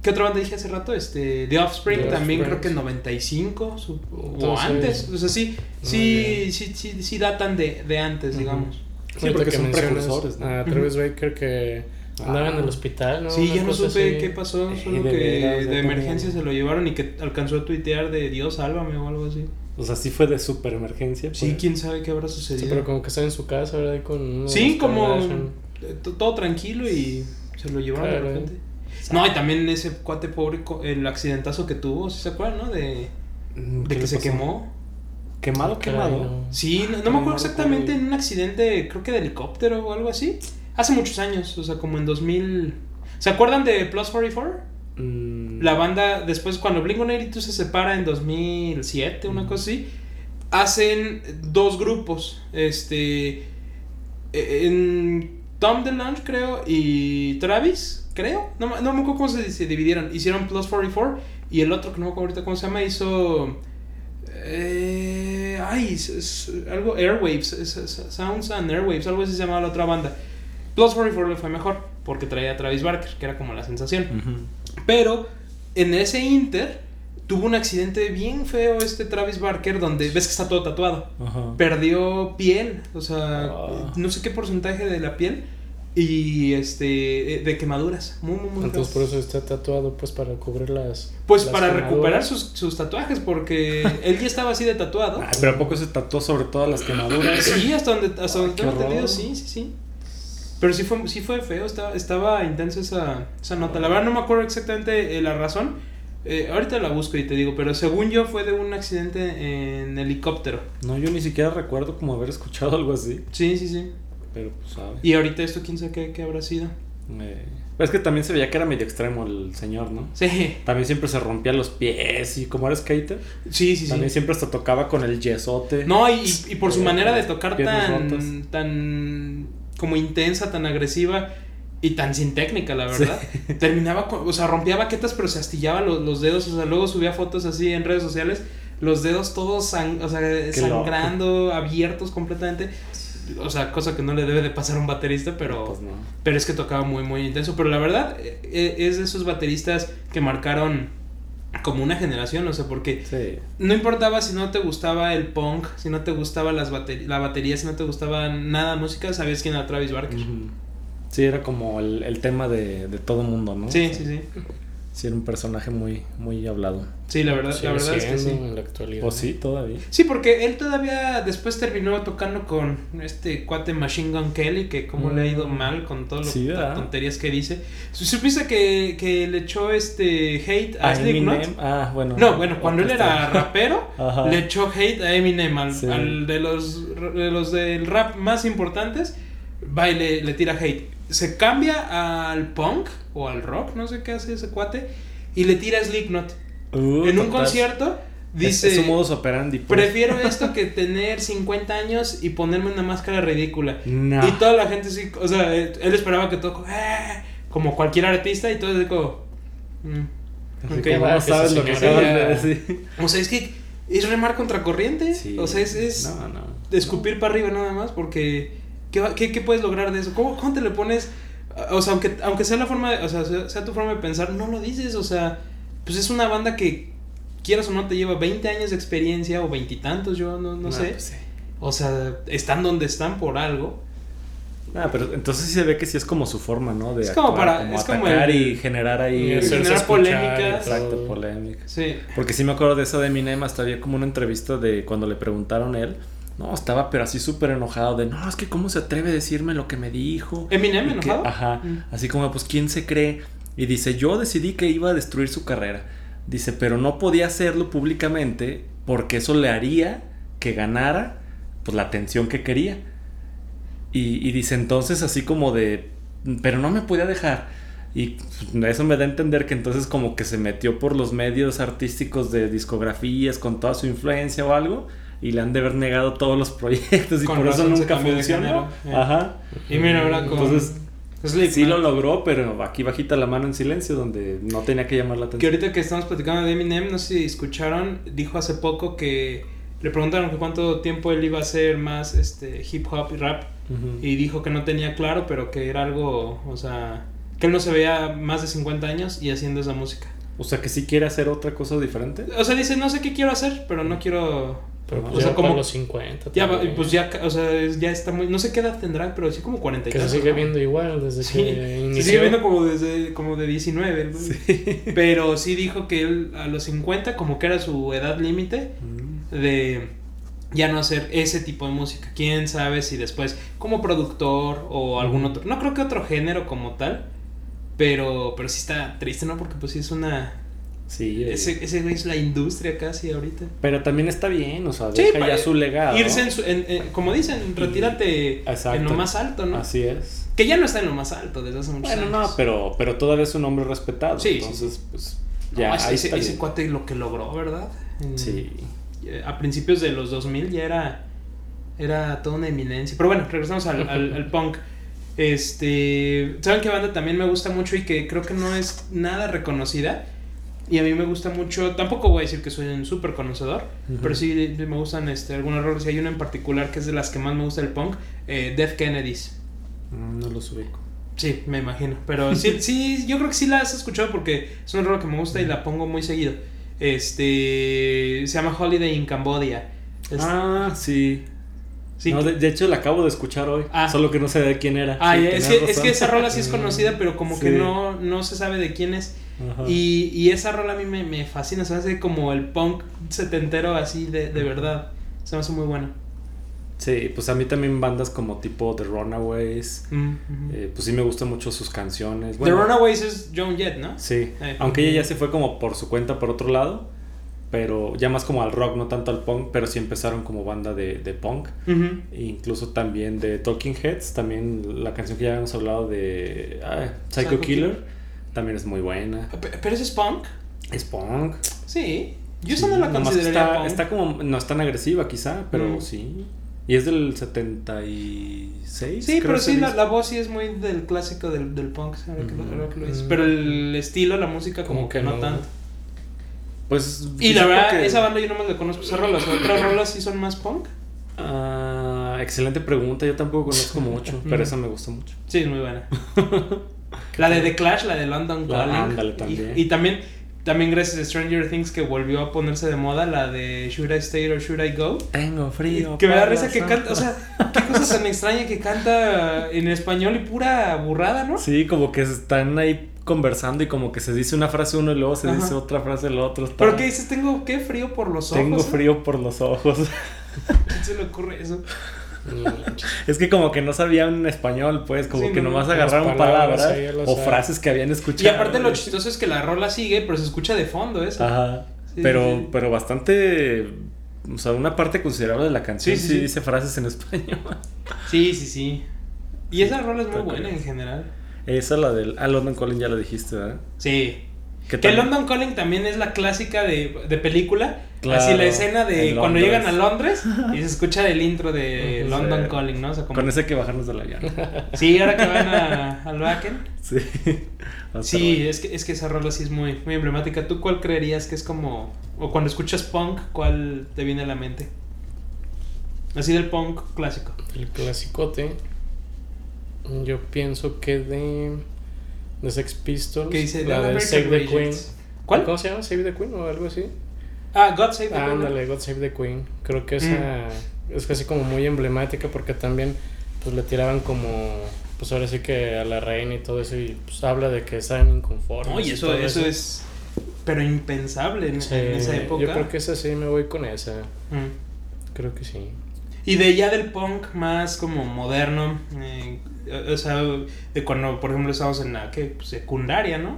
Speaker 1: ¿Qué otra banda dije hace rato? Este. The Offspring,
Speaker 3: The
Speaker 1: también
Speaker 3: Offspring.
Speaker 1: creo que 95 su- o
Speaker 3: Entonces-
Speaker 1: antes. O sea, sí, sí, sí, sí, sí datan de, de antes,
Speaker 3: Ujú.
Speaker 1: digamos.
Speaker 2: Sí, porque
Speaker 3: Ahorita que
Speaker 2: son
Speaker 3: mencionas
Speaker 2: ah, precursores, ¿no? Ah.
Speaker 3: A Travis Baker que Andaba en el hospital, ¿no?
Speaker 1: Sí,
Speaker 3: Una
Speaker 1: ya no
Speaker 3: cosa
Speaker 1: supe
Speaker 3: así.
Speaker 1: qué pasó,
Speaker 2: Eh,
Speaker 1: solo
Speaker 2: de
Speaker 1: que
Speaker 2: veras, yo
Speaker 1: de emergencia
Speaker 2: también.
Speaker 1: se lo llevaron y que alcanzó a tuitear de Dios, sálvame o algo así.
Speaker 2: O sea, sí fue de pues. super emergencia.
Speaker 1: Sí, quién sabe qué habrá sucedido.
Speaker 3: pues. Sí, pero como que estaba en su casa, ¿verdad? Ahí Con uno de
Speaker 1: Sí,
Speaker 3: los
Speaker 1: como
Speaker 3: Kardashian.
Speaker 1: eh, to- todo tranquilo y se lo llevaron
Speaker 3: Claro.
Speaker 1: de repente. No, y también ese cuate pobre, co- el accidentazo que tuvo, ¿sí ¿se acuerdan, no? De,
Speaker 2: Mm,
Speaker 1: de que se quemó.
Speaker 2: ¿Quemado,
Speaker 3: Caray,
Speaker 2: quemado?
Speaker 3: no.
Speaker 1: Sí, no, no
Speaker 2: No
Speaker 1: me acuerdo
Speaker 2: recuerdo.
Speaker 1: exactamente en un accidente, creo que de helicóptero o algo así. Hace muchos años, o sea, como en 2000. ¿Se acuerdan de Plus 44?
Speaker 2: Mm,
Speaker 1: La banda, después cuando Blink-182 se separa en 2007, una cosa así, hacen dos grupos, este, e, en Tom DeLonge creo y Travis, creo, no, me- no me acuerdo cómo se, se dividieron, hicieron Plus 44 y el otro que no me acuerdo ahorita cómo se llama hizo, eh, ay, es- es algo Airwaves, es- es- Sounds and Airwaves, algo así se llamaba la otra banda. Plus 44 le fue mejor porque traía a Travis Barker, que era como la sensación.
Speaker 2: ujú.
Speaker 1: Pero en ese Inter tuvo un accidente bien feo este Travis Barker donde ves que está todo tatuado.
Speaker 2: Ajá.
Speaker 1: Perdió piel, o sea,
Speaker 2: Ah.
Speaker 1: no sé qué porcentaje de la piel y este eh, de quemaduras, muy muy muy
Speaker 3: Entonces por
Speaker 1: feas.
Speaker 3: eso está tatuado, pues para cubrir las.
Speaker 1: Pues
Speaker 3: las
Speaker 1: para
Speaker 3: quemaduras. Ah,
Speaker 1: recuperar sus, sus tatuajes porque él ya estaba así de tatuado.
Speaker 2: Ay, pero ¿a poco se tatuó sobre todas las quemaduras?
Speaker 1: Sí, hasta donde, hasta donde
Speaker 2: qué
Speaker 1: tengo entendido,
Speaker 2: horror.
Speaker 1: sí, sí, sí. Pero sí fue, sí fue feo, estaba, estaba intensa esa, esa nota. La verdad no me acuerdo exactamente eh, la razón. Eh, ahorita la busco y te digo, pero según yo fue de un accidente en helicóptero.
Speaker 2: No, yo ni siquiera recuerdo como haber escuchado algo así.
Speaker 1: Sí, sí, sí.
Speaker 2: Pero pues, ¿sabes?
Speaker 1: Y ahorita esto, quién sabe qué, qué habrá sido.
Speaker 2: Eh, pero es que también se veía que era medio extremo el señor, ¿no?
Speaker 1: Sí,
Speaker 2: También siempre se rompía los pies y como era skater,
Speaker 1: sí, sí.
Speaker 2: también
Speaker 1: sí.
Speaker 2: siempre hasta tocaba con el yesote.
Speaker 1: No, y, y por su manera de tocar
Speaker 2: Piernas
Speaker 1: tan,
Speaker 2: rotas.
Speaker 1: tan como intensa, tan agresiva y tan sin técnica, la verdad. Terminaba, con- o sea, rompía baquetas, pero se astillaba los, los dedos, o sea, luego subía fotos así en redes sociales, los dedos todos sang- o sea, sangrando, abiertos completamente. O sea, cosa que no le debe de pasar a un baterista, pero...
Speaker 2: Pues no.
Speaker 1: Pero es que tocaba muy, muy intenso. Pero la verdad, eh, eh, es de esos bateristas que marcaron como una generación, o sea, porque
Speaker 2: Sí.
Speaker 1: no importaba si no te gustaba el punk, si no te gustaba las bate- la batería, si no te gustaba nada de música, sabías quién era Travis Barker.
Speaker 2: Ujú. Sí, era como el, el tema de, de todo mundo, ¿no?
Speaker 1: Sí, sí, sí.
Speaker 2: Sí, era un personaje muy, muy hablado.
Speaker 1: Sí, la verdad,
Speaker 3: Sigue
Speaker 1: la verdad es que
Speaker 3: siendo
Speaker 1: sí.
Speaker 3: en la actualidad.
Speaker 2: O Pues sí, todavía.
Speaker 1: Sí, porque él todavía después terminó tocando con este cuate Machine Gun Kelly, que como le ha ido mal con todas
Speaker 2: Mm. Sí,
Speaker 1: las
Speaker 2: ¿verdad?
Speaker 1: tonterías que dice. ¿Supiste que, que le echó este hate a, Slipknot?
Speaker 2: Eminem. Ah, bueno. Este,
Speaker 1: No, bueno, cuando él era
Speaker 2: Orquesta.
Speaker 1: rapero,
Speaker 2: Ajá.
Speaker 1: le echó hate a Eminem, al,
Speaker 2: Sí.
Speaker 1: al de, los, de los del rap más importantes, va y le, le tira hate. Se cambia al punk o al rock, no sé qué hace ese cuate, y le tira a Slipknot.
Speaker 2: Uh,
Speaker 1: en un
Speaker 2: total.
Speaker 1: concierto
Speaker 2: Es-
Speaker 1: dice,
Speaker 2: Es, un modus operandi. pues.
Speaker 1: prefiero esto que tener 50 años y ponerme una máscara ridícula.
Speaker 2: No.
Speaker 1: Y toda la gente sí, o sea, él él esperaba que todo, "Ah", como cualquier artista, y todo dijo... "Mm,
Speaker 2: Así como no
Speaker 3: va,
Speaker 2: sabes
Speaker 3: esa
Speaker 2: lo que
Speaker 3: señora
Speaker 2: acabas
Speaker 1: ya-
Speaker 2: de decir.
Speaker 1: O sea, es que es remar contracorriente.
Speaker 2: Sí.
Speaker 1: O sea, es, es
Speaker 2: No, no.
Speaker 1: de escupir para arriba nada más porque... ¿qué, va- qué, qué puedes lograr de eso? ¿Cómo, cómo te le pones? a- O sea, aunque, aunque sea la forma, de- o sea, sea, sea tu forma de pensar, no lo dices. O sea, pues es una banda que quieras o no te lleva 20 años de experiencia o veintitantos, yo no, no
Speaker 2: Ah,
Speaker 1: sé.
Speaker 2: pues sí.
Speaker 1: O sea, están donde están por algo.
Speaker 2: Ah, pero entonces sí se ve que sí es como su forma, ¿no? De
Speaker 1: Es como
Speaker 2: actuar,
Speaker 1: para- es como
Speaker 2: atacar
Speaker 1: el-
Speaker 2: y generar ahí...
Speaker 3: Y hacerse
Speaker 1: generar
Speaker 3: escuchar
Speaker 1: polémica.
Speaker 3: y todo.
Speaker 2: Exacto, polémicas.
Speaker 1: Sí.
Speaker 2: Porque sí me acuerdo de esa de Eminem, hasta había como una entrevista de cuando le preguntaron a él. No, estaba pero así súper enojado de, no, es que cómo se atreve a decirme lo que me dijo.
Speaker 1: Eminem
Speaker 2: Y que-
Speaker 1: enojado.
Speaker 2: ajá.
Speaker 1: Mm.
Speaker 2: Así como, pues, ¿quién se cree? Y dice, yo decidí que iba a destruir su carrera. Dice, pero no podía hacerlo públicamente porque eso le haría que ganara, pues, la atención que quería. Y, y dice, entonces, así como de, pero no me podía dejar. Y pues, eso me da a entender que entonces como que se metió por los medios artísticos de discografías con toda su influencia o algo y le han de haber negado todos los proyectos y
Speaker 1: Con
Speaker 2: por eso
Speaker 1: razón se
Speaker 2: nunca
Speaker 1: cambió de
Speaker 2: funcionó.
Speaker 1: género, eh.
Speaker 2: Ajá.
Speaker 1: Y mira ahora con...
Speaker 2: Entonces,
Speaker 1: Slipknot.
Speaker 2: Sí lo logró, pero aquí bajita la mano en silencio, donde no tenía que llamar la
Speaker 1: Que
Speaker 2: atención.
Speaker 1: ahorita que estamos platicando de Eminem, no sé si escucharon, dijo hace poco que le preguntaron que cuánto tiempo él iba a hacer más este hip hop y rap
Speaker 2: Ujú.
Speaker 1: y dijo que no tenía claro, pero que era algo, o sea, que él no se veía más de 50 años y haciendo esa música.
Speaker 2: O sea, que sí quiere hacer otra cosa diferente.
Speaker 1: O sea, dice, no sé qué quiero hacer, pero no quiero
Speaker 3: Pero
Speaker 2: Ajá.
Speaker 3: pues
Speaker 1: O sea,
Speaker 3: ya
Speaker 1: como-
Speaker 3: para los 50.
Speaker 1: Ya, va-
Speaker 3: también.
Speaker 1: pues ya, ca- o sea, es- ya está muy. No sé qué edad tendrá, pero sí como 40 y
Speaker 3: Que se
Speaker 1: tantos,
Speaker 3: sigue
Speaker 1: ¿no?
Speaker 3: viendo igual desde
Speaker 1: Sí,
Speaker 3: que
Speaker 1: se
Speaker 3: inició.
Speaker 1: sigue viendo como desde como de 19, el güey. pero sí dijo que él a los 50 como que era su edad límite de ya no hacer ese tipo de música. Quién sabe si después como productor o algún otro, no creo que otro género como tal, pero pero sí está triste, ¿no? Porque pues sí es una
Speaker 2: Sí, eh,
Speaker 1: ese ese güey es la industria casi ahorita.
Speaker 2: pero también está bien, o sea,
Speaker 1: Sí,
Speaker 2: deja
Speaker 1: pa-
Speaker 2: ya su legado.
Speaker 1: Irse en su- en- en- como dicen, retírate
Speaker 2: Exacto.
Speaker 1: en lo más alto, ¿no?
Speaker 2: Así es.
Speaker 1: Que ya no está en lo más alto desde hace muchos
Speaker 2: Bueno,
Speaker 1: años.
Speaker 2: no, pero, pero todavía es un hombre respetado.
Speaker 1: Sí, sí,
Speaker 2: entonces, pues
Speaker 1: No,
Speaker 2: ya
Speaker 1: ese,
Speaker 2: ahí
Speaker 1: ese-
Speaker 2: está
Speaker 1: ese
Speaker 2: bien.
Speaker 1: cuate mm, lo que logró, ¿verdad? En-
Speaker 2: Sí.
Speaker 1: eh, A principios de los 2000 ya era, era toda una eminencia. Pero bueno, regresamos al, al- al punk. Este, ¿Saben qué banda también me gusta mucho y que creo que no es nada reconocida? Y a mí me gusta mucho, tampoco voy a decir que soy un súper conocedor,
Speaker 2: Ujú.
Speaker 1: pero sí me gustan este, algunos roles. Y hay una en particular que es de las que más me gusta el punk, eh, Death Kennedys.
Speaker 2: Mm, No los ubico.
Speaker 1: Sí, me imagino. Pero sí, sí, yo creo que sí la has escuchado porque es un rola que me gusta y la pongo muy seguido. Este se llama Holiday in Cambodia. Es-
Speaker 2: Ah, sí.
Speaker 1: sí.
Speaker 2: No, de, de hecho, la acabo de escuchar hoy.
Speaker 1: Ah.
Speaker 2: Solo que no sé de quién era.
Speaker 1: Ah,
Speaker 2: Sí,
Speaker 1: es,
Speaker 2: tenés
Speaker 1: que,
Speaker 2: razón.
Speaker 1: es que esa rola sí es conocida, pero como que
Speaker 2: Sí.
Speaker 1: no, no se sabe de quién es.
Speaker 2: Ajá.
Speaker 1: Y, y esa rola a mí me, me fascina, se me hace como el punk setentero así de, de verdad. Se me hace muy bueno.
Speaker 2: Sí, pues a mí también bandas como tipo The Runaways.
Speaker 1: Mm, ujú.
Speaker 2: eh, pues sí me gustan mucho sus canciones.
Speaker 1: The
Speaker 2: Bueno,
Speaker 1: Runaways es Joan Jett, ¿no?
Speaker 2: Sí.
Speaker 1: Eh.
Speaker 2: Aunque ella ya se fue como por su cuenta por otro lado. Pero ya más como al rock, no tanto al punk. Pero sí empezaron como banda de, de punk. e
Speaker 1: Ujú.
Speaker 2: Incluso también de Talking Heads, también la canción que ya habíamos hablado de ah, Psycho,
Speaker 1: Psycho
Speaker 2: Killer,
Speaker 1: Killer.
Speaker 2: también es muy buena.
Speaker 1: Pe- Pero eso es punk.
Speaker 2: Es punk.
Speaker 1: Sí. Yo
Speaker 2: Sí,
Speaker 1: esa no la
Speaker 2: nomás que
Speaker 1: consideraría
Speaker 2: está,
Speaker 1: punk.
Speaker 2: está como, no es tan agresiva quizá, pero
Speaker 1: Mm.
Speaker 2: sí. Y es del 76.
Speaker 1: Sí,
Speaker 2: creo
Speaker 1: pero
Speaker 2: ese
Speaker 1: sí, la,
Speaker 2: disco.
Speaker 1: la voz sí es muy del clásico del, del punk, ahora que, lo- ahora que lo dices.
Speaker 3: Mm.
Speaker 1: Pero el estilo, la música, como,
Speaker 3: Como
Speaker 1: que
Speaker 3: que
Speaker 1: no,
Speaker 3: no.
Speaker 1: tanto.
Speaker 2: Pues.
Speaker 1: Y la
Speaker 2: quizá
Speaker 1: verdad,
Speaker 2: porque-
Speaker 1: esa banda yo nomás la conozco esas rolas. ¿Otras rolas sí son más punk?
Speaker 2: Ah, excelente pregunta, yo tampoco conozco mucho, pero esa me gusta mucho.
Speaker 1: Sí, es muy buena. la de The Clash, la de London
Speaker 2: La-
Speaker 1: Calling.
Speaker 2: Ah, ándale,
Speaker 1: Y-
Speaker 2: también.
Speaker 1: Y, también, también gracias a Stranger Things que volvió a ponerse de moda la de Should I Stay or Should I Go.
Speaker 2: Tengo frío.
Speaker 1: Que me da
Speaker 2: para
Speaker 1: risa que
Speaker 2: la
Speaker 1: canta, o sea, qué cosa tan extraña que canta en español y pura burrada, ¿no?
Speaker 2: Sí, como que están ahí conversando y como que se dice una frase uno y luego se
Speaker 1: Ajá.
Speaker 2: dice otra frase el otro. está-
Speaker 1: ¿Pero qué dices? Tengo qué frío por los ojos. eh?
Speaker 2: Tengo
Speaker 1: ¿no?
Speaker 2: frío por los ojos.
Speaker 1: ¿Quién se le ocurre eso?
Speaker 3: No manches.
Speaker 2: Es que como que no sabían español, pues, como
Speaker 1: Sí,
Speaker 2: que
Speaker 1: no,
Speaker 2: nomás
Speaker 1: no,
Speaker 2: agarraron
Speaker 3: las palabras
Speaker 2: palabras,
Speaker 3: ahí al
Speaker 2: o
Speaker 3: azar.
Speaker 2: frases que habían
Speaker 1: Y
Speaker 2: escuchado.
Speaker 1: aparte lo chistoso es que la rola sigue, pero se escucha de fondo eso.
Speaker 2: Ajá.
Speaker 1: Sí,
Speaker 2: pero,
Speaker 1: sí, sí.
Speaker 2: pero bastante. O sea, una parte considerable de la canción sí,
Speaker 1: Sí, sí, sí.
Speaker 2: dice frases en español.
Speaker 1: Sí, sí, sí. Y esa rola es muy
Speaker 2: Está
Speaker 1: buena en
Speaker 2: curioso.
Speaker 1: general.
Speaker 2: Esa la del. Ah, London Calling ya la dijiste, ¿verdad?
Speaker 1: Sí. Que
Speaker 2: ¿Qué tal?
Speaker 1: London Calling también es la clásica de, de película.
Speaker 2: Claro,
Speaker 1: Así la escena de
Speaker 2: en
Speaker 1: cuando
Speaker 2: Londres.
Speaker 1: llegan a Londres y se escucha el intro
Speaker 3: Pues, eh,
Speaker 1: de
Speaker 2: Ujú,
Speaker 1: London
Speaker 2: sí.
Speaker 1: Calling, ¿no? O sea, como-
Speaker 2: Con ese que bajarnos del avión.
Speaker 1: Sí, ahora que van a, al Backen.
Speaker 2: sí. Va a estar
Speaker 1: Sí,
Speaker 2: bueno.
Speaker 1: es que, es que esa rola sí es muy, muy emblemática. ¿Tú cuál creerías que es como... O cuando escuchas punk, cuál te viene a la mente? Así del punk clásico.
Speaker 3: El clasicote. Yo pienso que de. De Sex Pistols.
Speaker 1: Que dice
Speaker 3: Pues, la
Speaker 1: "The
Speaker 3: de
Speaker 1: American
Speaker 3: Save the Queen.
Speaker 1: Regions". ¿Cuál?
Speaker 3: ¿Cómo se llama? Save the Queen o algo así.
Speaker 1: Ah, God Save the
Speaker 3: Ah,
Speaker 1: Queen. Mm.
Speaker 3: ándale, God Save the Queen. Creo que esa es casi como muy emblemática porque también pues le tiraban como pues ahora sí que a la reina y todo eso y pues habla de que estaban inconformes.
Speaker 1: Oye, eso,
Speaker 3: todo
Speaker 1: eso es. Pero impensable en,
Speaker 3: Sí,
Speaker 1: en esa época.
Speaker 3: Yo creo que esa sí me voy con esa.
Speaker 1: Mm.
Speaker 3: Creo que sí.
Speaker 1: Y de ya del punk más como moderno. eh, o sea, de cuando, por ejemplo, estábamos en la ¿qué? Pues, secundaria, ¿no?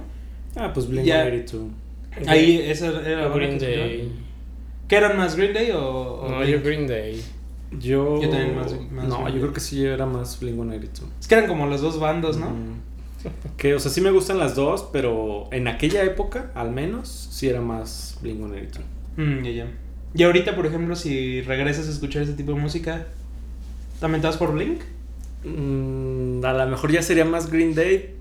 Speaker 2: Ah, pues Blink
Speaker 1: Ya.
Speaker 2: 182.
Speaker 1: Ahí, esa era la
Speaker 3: Yo
Speaker 1: banda
Speaker 3: Green
Speaker 1: que escuchaba.
Speaker 3: Day.
Speaker 1: ¿Qué eran más Green Day o.? o
Speaker 3: No,
Speaker 1: Blink?
Speaker 3: yo Green Day.
Speaker 2: Yo.
Speaker 1: Yo también más- más
Speaker 2: no,
Speaker 1: Blink.
Speaker 2: yo creo que sí era más Blink 182.
Speaker 1: Es que eran como los dos bandos, ¿no?
Speaker 2: Ujú. Mm. Que, o sea, sí me gustan las dos, pero en aquella época, al menos, sí era más Blink-182.
Speaker 1: Mm, ya, ya. Y ahorita, por ejemplo, si regresas a escuchar ese tipo de música, ¿también te vas por Blink?
Speaker 2: Mm, a lo mejor ya sería más Green Day,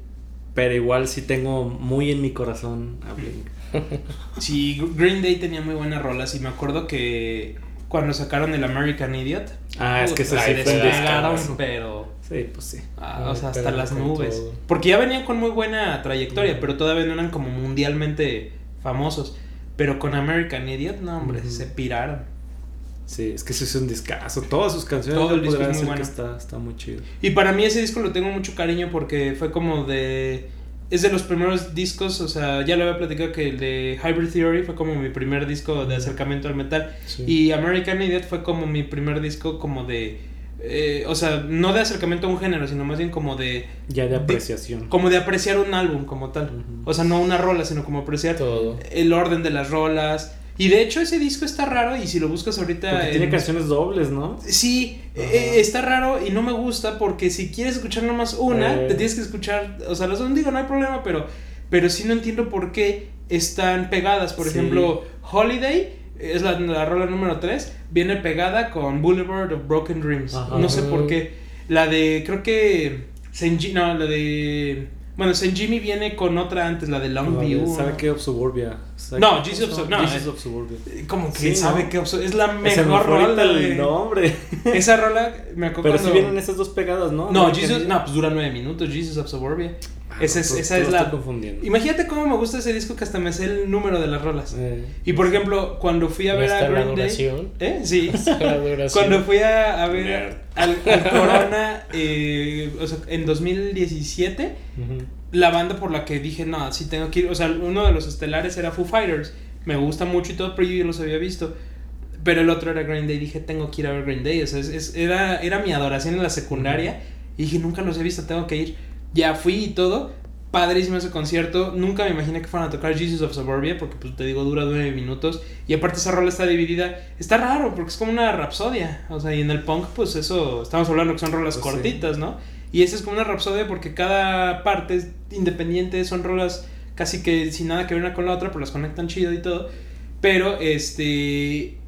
Speaker 2: pero igual sí tengo muy en mi corazón a Blink.
Speaker 1: Sí, Gr- Green Day tenía muy buenas rolas y me acuerdo que cuando sacaron el American Idiot.
Speaker 2: Ah, es que ese
Speaker 1: puta,
Speaker 2: sí
Speaker 1: y
Speaker 2: fue un
Speaker 1: despegaron,
Speaker 2: discazo.
Speaker 1: pero.
Speaker 2: Sí, pues sí.
Speaker 1: ah,
Speaker 3: Ay,
Speaker 1: o sea, hasta
Speaker 3: pero
Speaker 1: las
Speaker 3: con
Speaker 1: nubes.
Speaker 3: todo.
Speaker 1: Porque ya venían con muy buena trayectoria,
Speaker 3: Ujú.
Speaker 1: pero todavía no eran como mundialmente famosos. Pero con American Idiot, no, hombre,
Speaker 2: Ujú.
Speaker 1: se piraron.
Speaker 2: Sí, es que ese es un discazo. Todas sus canciones
Speaker 1: Todo el
Speaker 2: yo
Speaker 1: disco
Speaker 2: podría
Speaker 1: es muy
Speaker 2: decir que
Speaker 1: bueno.
Speaker 2: está, está muy chido.
Speaker 1: Y para mí ese disco lo tengo mucho cariño porque fue como de... Es de los primeros discos, o sea, ya lo había platicado que el de Hybrid Theory fue como mi primer disco de acercamiento al metal.
Speaker 3: Sí.
Speaker 1: Y American Idiot fue como mi primer disco como de... eh, o sea, no de acercamiento a un género, sino más bien como de...
Speaker 2: Ya de
Speaker 1: de-
Speaker 2: apreciación.
Speaker 1: como de apreciar un álbum como tal.
Speaker 2: Ujú.
Speaker 1: O sea, no una rola, sino como apreciar
Speaker 3: Todo.
Speaker 1: el orden de las rolas. Y de hecho ese disco está raro y si lo buscas ahorita...
Speaker 2: Porque tiene
Speaker 1: en-
Speaker 2: canciones dobles, ¿no?
Speaker 1: Sí,
Speaker 2: Ajá.
Speaker 1: eh, está raro y no me gusta porque si quieres escuchar nomás una,
Speaker 2: Eh.
Speaker 1: te tienes que escuchar, o sea, las dos digo, no hay problema, pero, pero sí no entiendo por qué están pegadas. Por
Speaker 2: Sí.
Speaker 1: ejemplo, Holiday es la, la rola número 3, viene pegada con Boulevard of Broken Dreams.
Speaker 2: Ajá.
Speaker 1: No sé por qué. La de, creo que, Saint Ji- no, la de, bueno, Saint Jimmy viene con otra antes, la de
Speaker 2: La
Speaker 1: Longview.
Speaker 2: de ¿Sabe
Speaker 1: ¿no?
Speaker 2: qué? Of Suburbia. ¿Sabe
Speaker 1: No,
Speaker 2: qué?
Speaker 1: Jesus of Sub- no,
Speaker 2: Jesus
Speaker 1: eh.
Speaker 2: of Suburbia.
Speaker 1: Como que
Speaker 2: Sí,
Speaker 1: sabe
Speaker 2: ¿no?
Speaker 1: que absurdo, es la
Speaker 2: Se me
Speaker 1: mejor
Speaker 2: fue
Speaker 1: rola.
Speaker 2: ahorita el
Speaker 1: de-
Speaker 2: nombre.
Speaker 1: Esa rola me acuerdo
Speaker 2: Pero si
Speaker 1: cuando-
Speaker 2: vienen esas dos pegadas, ¿no?
Speaker 1: No,
Speaker 2: American
Speaker 1: Jesus,
Speaker 2: Idiot.
Speaker 1: no, pues dura nueve minutos, Jesus of Suburbia.
Speaker 2: Ah,
Speaker 1: esa es,
Speaker 2: tú-
Speaker 1: esa
Speaker 2: tú
Speaker 1: es
Speaker 2: lo
Speaker 1: la...
Speaker 2: estás confundiendo.
Speaker 1: Imagínate cómo me gusta ese disco que hasta me sé el número de las rolas.
Speaker 2: Eh,
Speaker 1: Y por ejemplo, cuando fui a
Speaker 3: Ya
Speaker 1: ver a
Speaker 3: está la
Speaker 1: Green Day...
Speaker 3: duración.
Speaker 1: ¿Eh? Sí.
Speaker 3: La duración.
Speaker 1: Cuando fui a, a ver
Speaker 2: Nerd.
Speaker 1: al, al Corona eh, o sea, en 2017,
Speaker 2: ujú.
Speaker 1: la banda por la que dije, no, sí tengo que ir, o sea, uno de los estelares era Foo Fighters, me gusta mucho y todo, pero yo ya los había visto. Pero el otro era Green Day, dije, tengo que ir a ver Green Day, o sea, es- es- era, era mi adoración en la secundaria, y dije, nunca los he visto, tengo que ir. Ya fui y todo, padrísimo ese concierto, nunca me imaginé que fueran a tocar Jesus of Suburbia, porque pues te digo, dura nueve minutos, y aparte esa rola está dividida, está raro, porque es como una rapsodia, o sea, y en el punk, pues eso, estamos hablando que son rolas
Speaker 2: Pues, sí.
Speaker 1: cortitas, ¿no? Y esa es como una rapsodia porque cada parte es independiente, son rolas casi que sin nada que ver una con la otra, pero las conectan chido y todo. Pero, este,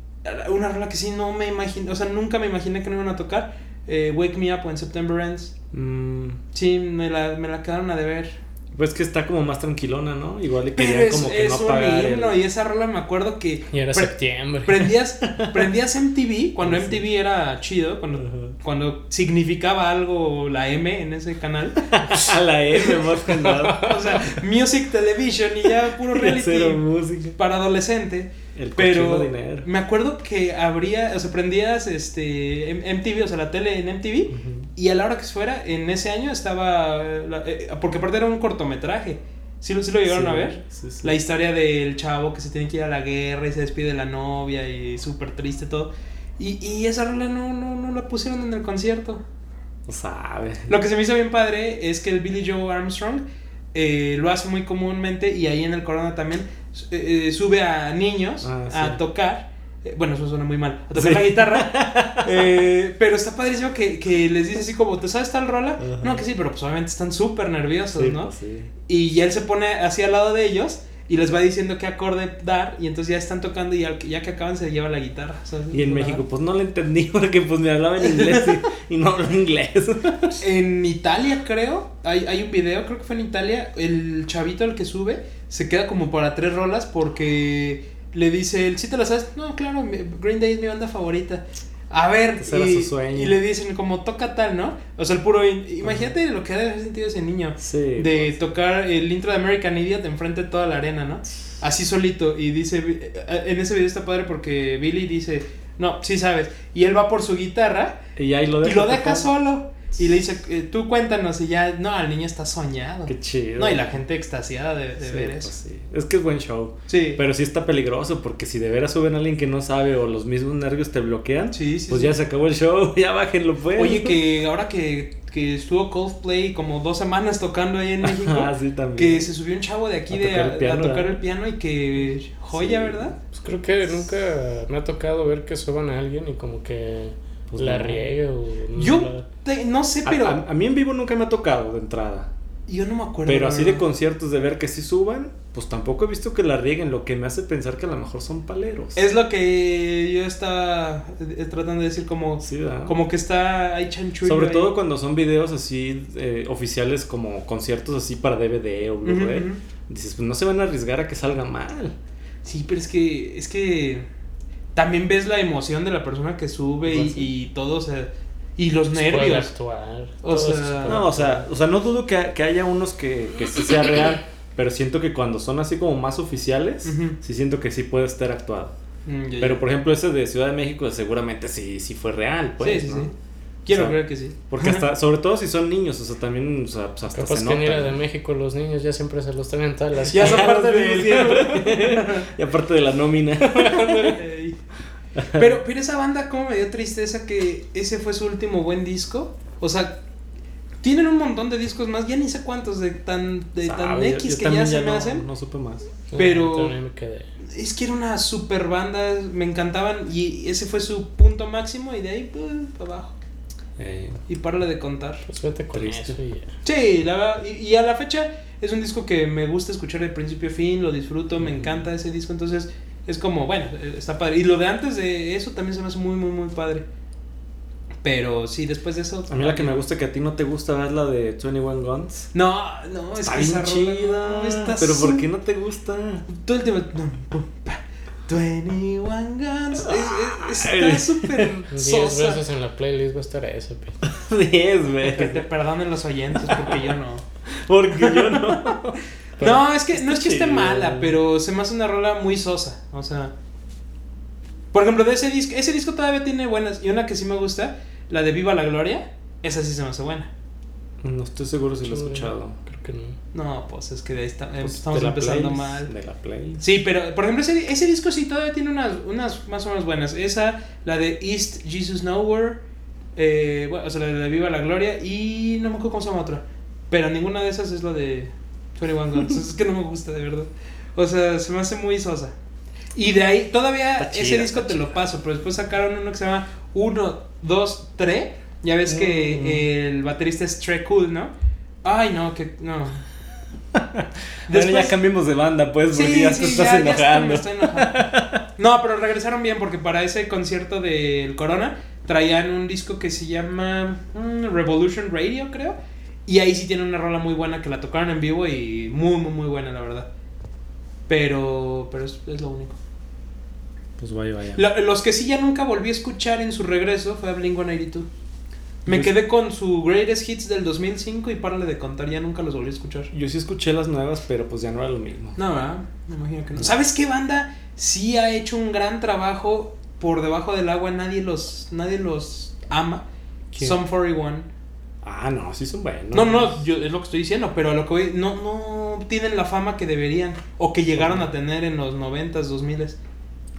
Speaker 1: una rola que sí no me imagino, o sea, nunca me imaginé que no iban a tocar, eh, Wake Me Up When September Ends.
Speaker 2: Mm,
Speaker 1: Sí, me la, me la quedaron a deber.
Speaker 2: Pues que está como más tranquilona, ¿no? Igual y
Speaker 1: Pero
Speaker 2: querían
Speaker 1: es,
Speaker 2: como que
Speaker 1: es
Speaker 2: no apagar
Speaker 1: un
Speaker 2: el...
Speaker 1: himno y esa rola me acuerdo que...
Speaker 3: Y era
Speaker 1: pre-
Speaker 3: septiembre.
Speaker 1: Prendías, prendías MTV cuando
Speaker 2: Sí.
Speaker 1: MTV era chido, cuando,
Speaker 2: Ajá.
Speaker 1: cuando significaba algo la M en ese canal.
Speaker 2: A la M más que nada.
Speaker 1: O sea, music television y ya puro
Speaker 2: Y hacer
Speaker 1: reality
Speaker 2: música.
Speaker 1: para adolescente.
Speaker 2: El
Speaker 1: Pero
Speaker 2: pero... dinero.
Speaker 1: me acuerdo que habría, o sea, prendías este M- MTV, o sea, la tele en MTV.
Speaker 2: Ujú.
Speaker 1: Y a la hora que se fuera, en ese año estaba. eh, la- eh, porque aparte era un cortometraje. ¿Sí, lo- sí lo llegaron
Speaker 2: Sí,
Speaker 1: a ver?
Speaker 2: sí, sí.
Speaker 1: La historia del chavo que se tiene que ir a la guerra y se despide de la novia y súper triste todo. Y, y esa rola no, no, no la pusieron en el concierto.
Speaker 2: No sabe.
Speaker 1: Lo que se me hizo bien padre es que el Billy Joe Armstrong eh, lo hace muy comúnmente y ahí en el Corona también eh, eh, sube a niños
Speaker 2: Ah, sí.
Speaker 1: a tocar. eh, Bueno, eso suena muy mal. A tocar
Speaker 2: Sí.
Speaker 1: la guitarra. eh, pero está padrísimo que, que les dice así como, ¿te sabes tal rola?
Speaker 2: Ajá.
Speaker 1: No, que sí, pero pues obviamente están súper nerviosos,
Speaker 2: Sí,
Speaker 1: ¿no?
Speaker 2: pues, sí.
Speaker 1: Y ya él se pone así al lado de ellos y les va diciendo qué acorde dar y entonces ya están tocando y al- ya que acaban se lleva la guitarra. o sea, es
Speaker 2: Y en
Speaker 1: una-
Speaker 2: México, pues no le entendí porque pues me hablaba en inglés y, y no hablo inglés.
Speaker 1: En Italia, creo, hay, hay un video, creo que fue en Italia, el chavito al que sube se queda como para tres rolas porque le dice, él, ¿sí te las sabes? No, claro, mi- Green Day es mi banda favorita. A ver,
Speaker 2: Ese era
Speaker 1: y,
Speaker 2: su sueño.
Speaker 1: y le dicen como toca tal, ¿no? O sea, el puro... in- Imagínate lo que ha de haber sentido ese niño.
Speaker 2: Sí. pues.
Speaker 1: De tocar el intro de American Idiot enfrente de toda la arena, ¿no? Así solito. Y dice, eh, en ese video está padre porque Billy dice, no, sí sabes. Y él va por su guitarra
Speaker 2: Y ahí lo
Speaker 1: y
Speaker 2: deja.
Speaker 1: lo deja
Speaker 2: tocar.
Speaker 1: solo. Y le dice, eh, tú cuéntanos. Y ya, no, el niño está soñado.
Speaker 2: Qué chido.
Speaker 1: No, y la gente extasiada de, de
Speaker 2: Sí,
Speaker 1: ver
Speaker 2: pues,
Speaker 1: eso.
Speaker 2: sí. Es que es buen show.
Speaker 1: Sí.
Speaker 2: Pero sí está peligroso porque si de veras suben a alguien que no sabe o los mismos nervios te bloquean,
Speaker 1: Sí, sí,
Speaker 2: pues
Speaker 1: sí.
Speaker 2: ya se acabó el show, ya bájenlo pues.
Speaker 1: Oye, que ahora que, que estuvo Coldplay como dos semanas tocando ahí en México,
Speaker 2: Ah, sí, también.
Speaker 1: que se subió un chavo de aquí
Speaker 2: A
Speaker 1: de,
Speaker 2: tocar el
Speaker 1: a- a
Speaker 2: piano.
Speaker 1: tocar el piano y que joya,
Speaker 2: Sí.
Speaker 1: ¿verdad?
Speaker 3: Pues creo que nunca me ha tocado ver que suban a alguien y como que
Speaker 2: Pues
Speaker 3: la
Speaker 2: no.
Speaker 3: riegue o... no
Speaker 1: Yo
Speaker 3: la-
Speaker 1: te- no sé,
Speaker 2: Mm, A-
Speaker 1: pero
Speaker 2: a, a mí en vivo nunca me ha tocado de entrada.
Speaker 1: yo no me acuerdo.
Speaker 2: Pero así de
Speaker 1: con
Speaker 2: conciertos, de ver que sí suban, pues tampoco he visto que la rieguen, lo que me hace pensar que a lo mejor son paleros.
Speaker 1: Es lo que yo estaba eh, tratando de decir como,
Speaker 2: Sí, ¿verdad?
Speaker 1: como que está ahí chanchullo.
Speaker 2: Sobre
Speaker 1: ahí.
Speaker 2: todo cuando son videos así eh, oficiales como conciertos así para DVD o
Speaker 1: Ujú,
Speaker 2: Blu-ray.
Speaker 1: ujú.
Speaker 2: Dices, pues no se van a arriesgar a que salga mal.
Speaker 1: Sí, pero es que es que también ves la emoción de la persona que sube y,
Speaker 2: Pues sí.
Speaker 1: y todo, o sea, y los
Speaker 3: pues pueden
Speaker 1: nervios.
Speaker 3: actuar.
Speaker 1: O
Speaker 3: todo
Speaker 1: sea,
Speaker 3: eso es-
Speaker 2: No, o sea, o sea no dudo que, que haya unos que, que sí sea real, pero siento que cuando son así como más oficiales,
Speaker 1: Ujú.
Speaker 2: sí siento que sí puede estar actuado.
Speaker 1: Mm, ya,
Speaker 2: Pero
Speaker 1: ya.
Speaker 2: por ejemplo ese de Ciudad de México seguramente sí, sí fue real, pues.
Speaker 1: sí, sí,
Speaker 2: ¿no?
Speaker 1: sí. Quiero
Speaker 2: O sea,
Speaker 1: creer que sí.
Speaker 2: Porque hasta, sobre todo si son niños, o sea, también, o sea, pues hasta
Speaker 3: Capaz
Speaker 2: se
Speaker 3: que ni era
Speaker 2: nota.
Speaker 3: de México, los niños ya siempre se los traen talas.
Speaker 1: Ya
Speaker 2: Ya
Speaker 1: son parte
Speaker 2: los
Speaker 1: de
Speaker 2: vimos
Speaker 1: él.
Speaker 2: siempre. y aparte de la nómina.
Speaker 1: Ey. Pero, pero esa banda, como me dio tristeza que ese fue su último buen disco? O sea, tienen un montón de discos más, ya ni sé cuántos de tan, de tan
Speaker 2: Sabe, Ah, yo-
Speaker 1: X
Speaker 2: yo
Speaker 1: que ya
Speaker 2: también
Speaker 1: se me
Speaker 2: no-
Speaker 1: hacen.
Speaker 2: No supe más.
Speaker 1: pero-
Speaker 3: También me quedé.
Speaker 1: Es que era una super banda, me encantaban y ese fue su punto máximo y de ahí pues, para abajo.
Speaker 2: Eh,
Speaker 1: Y parla de contar.
Speaker 3: Pues vete con
Speaker 2: Triste.
Speaker 3: eso y ya.
Speaker 1: Sí, la verdad, y, y a la fecha es un disco que me gusta escuchar de principio a fin, lo disfruto,
Speaker 2: Mm.
Speaker 1: me encanta ese disco, entonces es como, bueno, eh, está padre. Y lo de antes de eso también se me hace muy, muy, muy padre. Pero sí, después de eso...
Speaker 2: a mí la que me gusta que a ti no te gusta es la de 21 Guns.
Speaker 1: No, no, es
Speaker 2: Está
Speaker 1: que
Speaker 2: bien
Speaker 1: esa rola
Speaker 2: chida.
Speaker 1: no, está
Speaker 2: pero ¿por
Speaker 1: su-
Speaker 2: qué no te gusta?
Speaker 1: Todo el tema... no, pum, pa, 21 Guns. es- es-
Speaker 2: Ay.
Speaker 1: está súper
Speaker 3: 10
Speaker 1: sosa.
Speaker 3: veces en la playlist va a estar eso, pe.
Speaker 1: Que
Speaker 2: 10
Speaker 1: te
Speaker 2: veces.
Speaker 1: perdonen los oyentes porque yo no.
Speaker 2: Porque yo no.
Speaker 3: Pero
Speaker 1: no, es que no es que esté
Speaker 2: chido.
Speaker 1: mala, pero se me hace una rola muy sosa. O sea. Por ejemplo, de ese disco, ese disco todavía tiene buenas. Y una que sí me gusta, la de Viva la Gloria, esa sí se me hace buena.
Speaker 2: No estoy seguro si lo he escuchado.
Speaker 3: Creo que no.
Speaker 1: No, pues es que de ahí está-
Speaker 2: Pues,
Speaker 1: estamos
Speaker 2: de la
Speaker 1: empezando
Speaker 2: playlist,
Speaker 1: mal.
Speaker 2: De la playlist.
Speaker 1: Sí, pero por ejemplo, ese, ese disco sí todavía tiene unas, unas más o menos buenas. Esa, la de East Jesus Nowhere, eh, bueno, o sea, la de Viva la Gloria, y no me acuerdo cómo se llama otra. Pero ninguna de esas es la de 21 Guns. es que no me gusta, de verdad. O sea, se me hace muy sosa. Y de ahí, todavía
Speaker 2: Está chida,
Speaker 1: ese disco
Speaker 2: está
Speaker 1: te lo
Speaker 2: chida.
Speaker 1: paso, pero después sacaron uno que se llama 1, 2, 3. Ya ves que
Speaker 2: Mm.
Speaker 1: el baterista es Trey Cool, ¿no? Ay, no, que no.
Speaker 2: bueno,
Speaker 1: Después-
Speaker 2: ya cambiamos de banda, pues, porque ya te estás
Speaker 1: ya- ya estoy-
Speaker 2: enojando.
Speaker 1: me estoy enojando. No, pero regresaron bien porque para ese concierto del Corona traían un disco que se llama mm, Revolution Radio, creo. Y ahí sí tienen una rola muy buena que la tocaron en vivo y muy, muy, muy buena, la verdad. Pero, pero es, es lo único.
Speaker 2: Pues vaya, vaya.
Speaker 1: Lo- los que sí ya nunca volví a escuchar en su regreso fue a Blink 182. Me
Speaker 2: Yo-
Speaker 1: quedé con su Greatest Hits del 2005 y párale de contar, ya nunca los volví a escuchar.
Speaker 2: Yo sí escuché las nuevas, pero pues ya no era lo mismo.
Speaker 1: No, ¿verdad? Me imagino que no.
Speaker 2: No.
Speaker 1: ¿Sabes qué banda sí ha hecho un gran trabajo por debajo del agua? Nadie los, nadie los ama.
Speaker 2: ¿Quién?
Speaker 1: Some 41.
Speaker 2: Ah, no, sí son buenos.
Speaker 1: No, no, yo, es lo que estoy diciendo, pero a lo que voy, no, no tienen la fama que deberían o que llegaron a tener en los 90s, 2000s.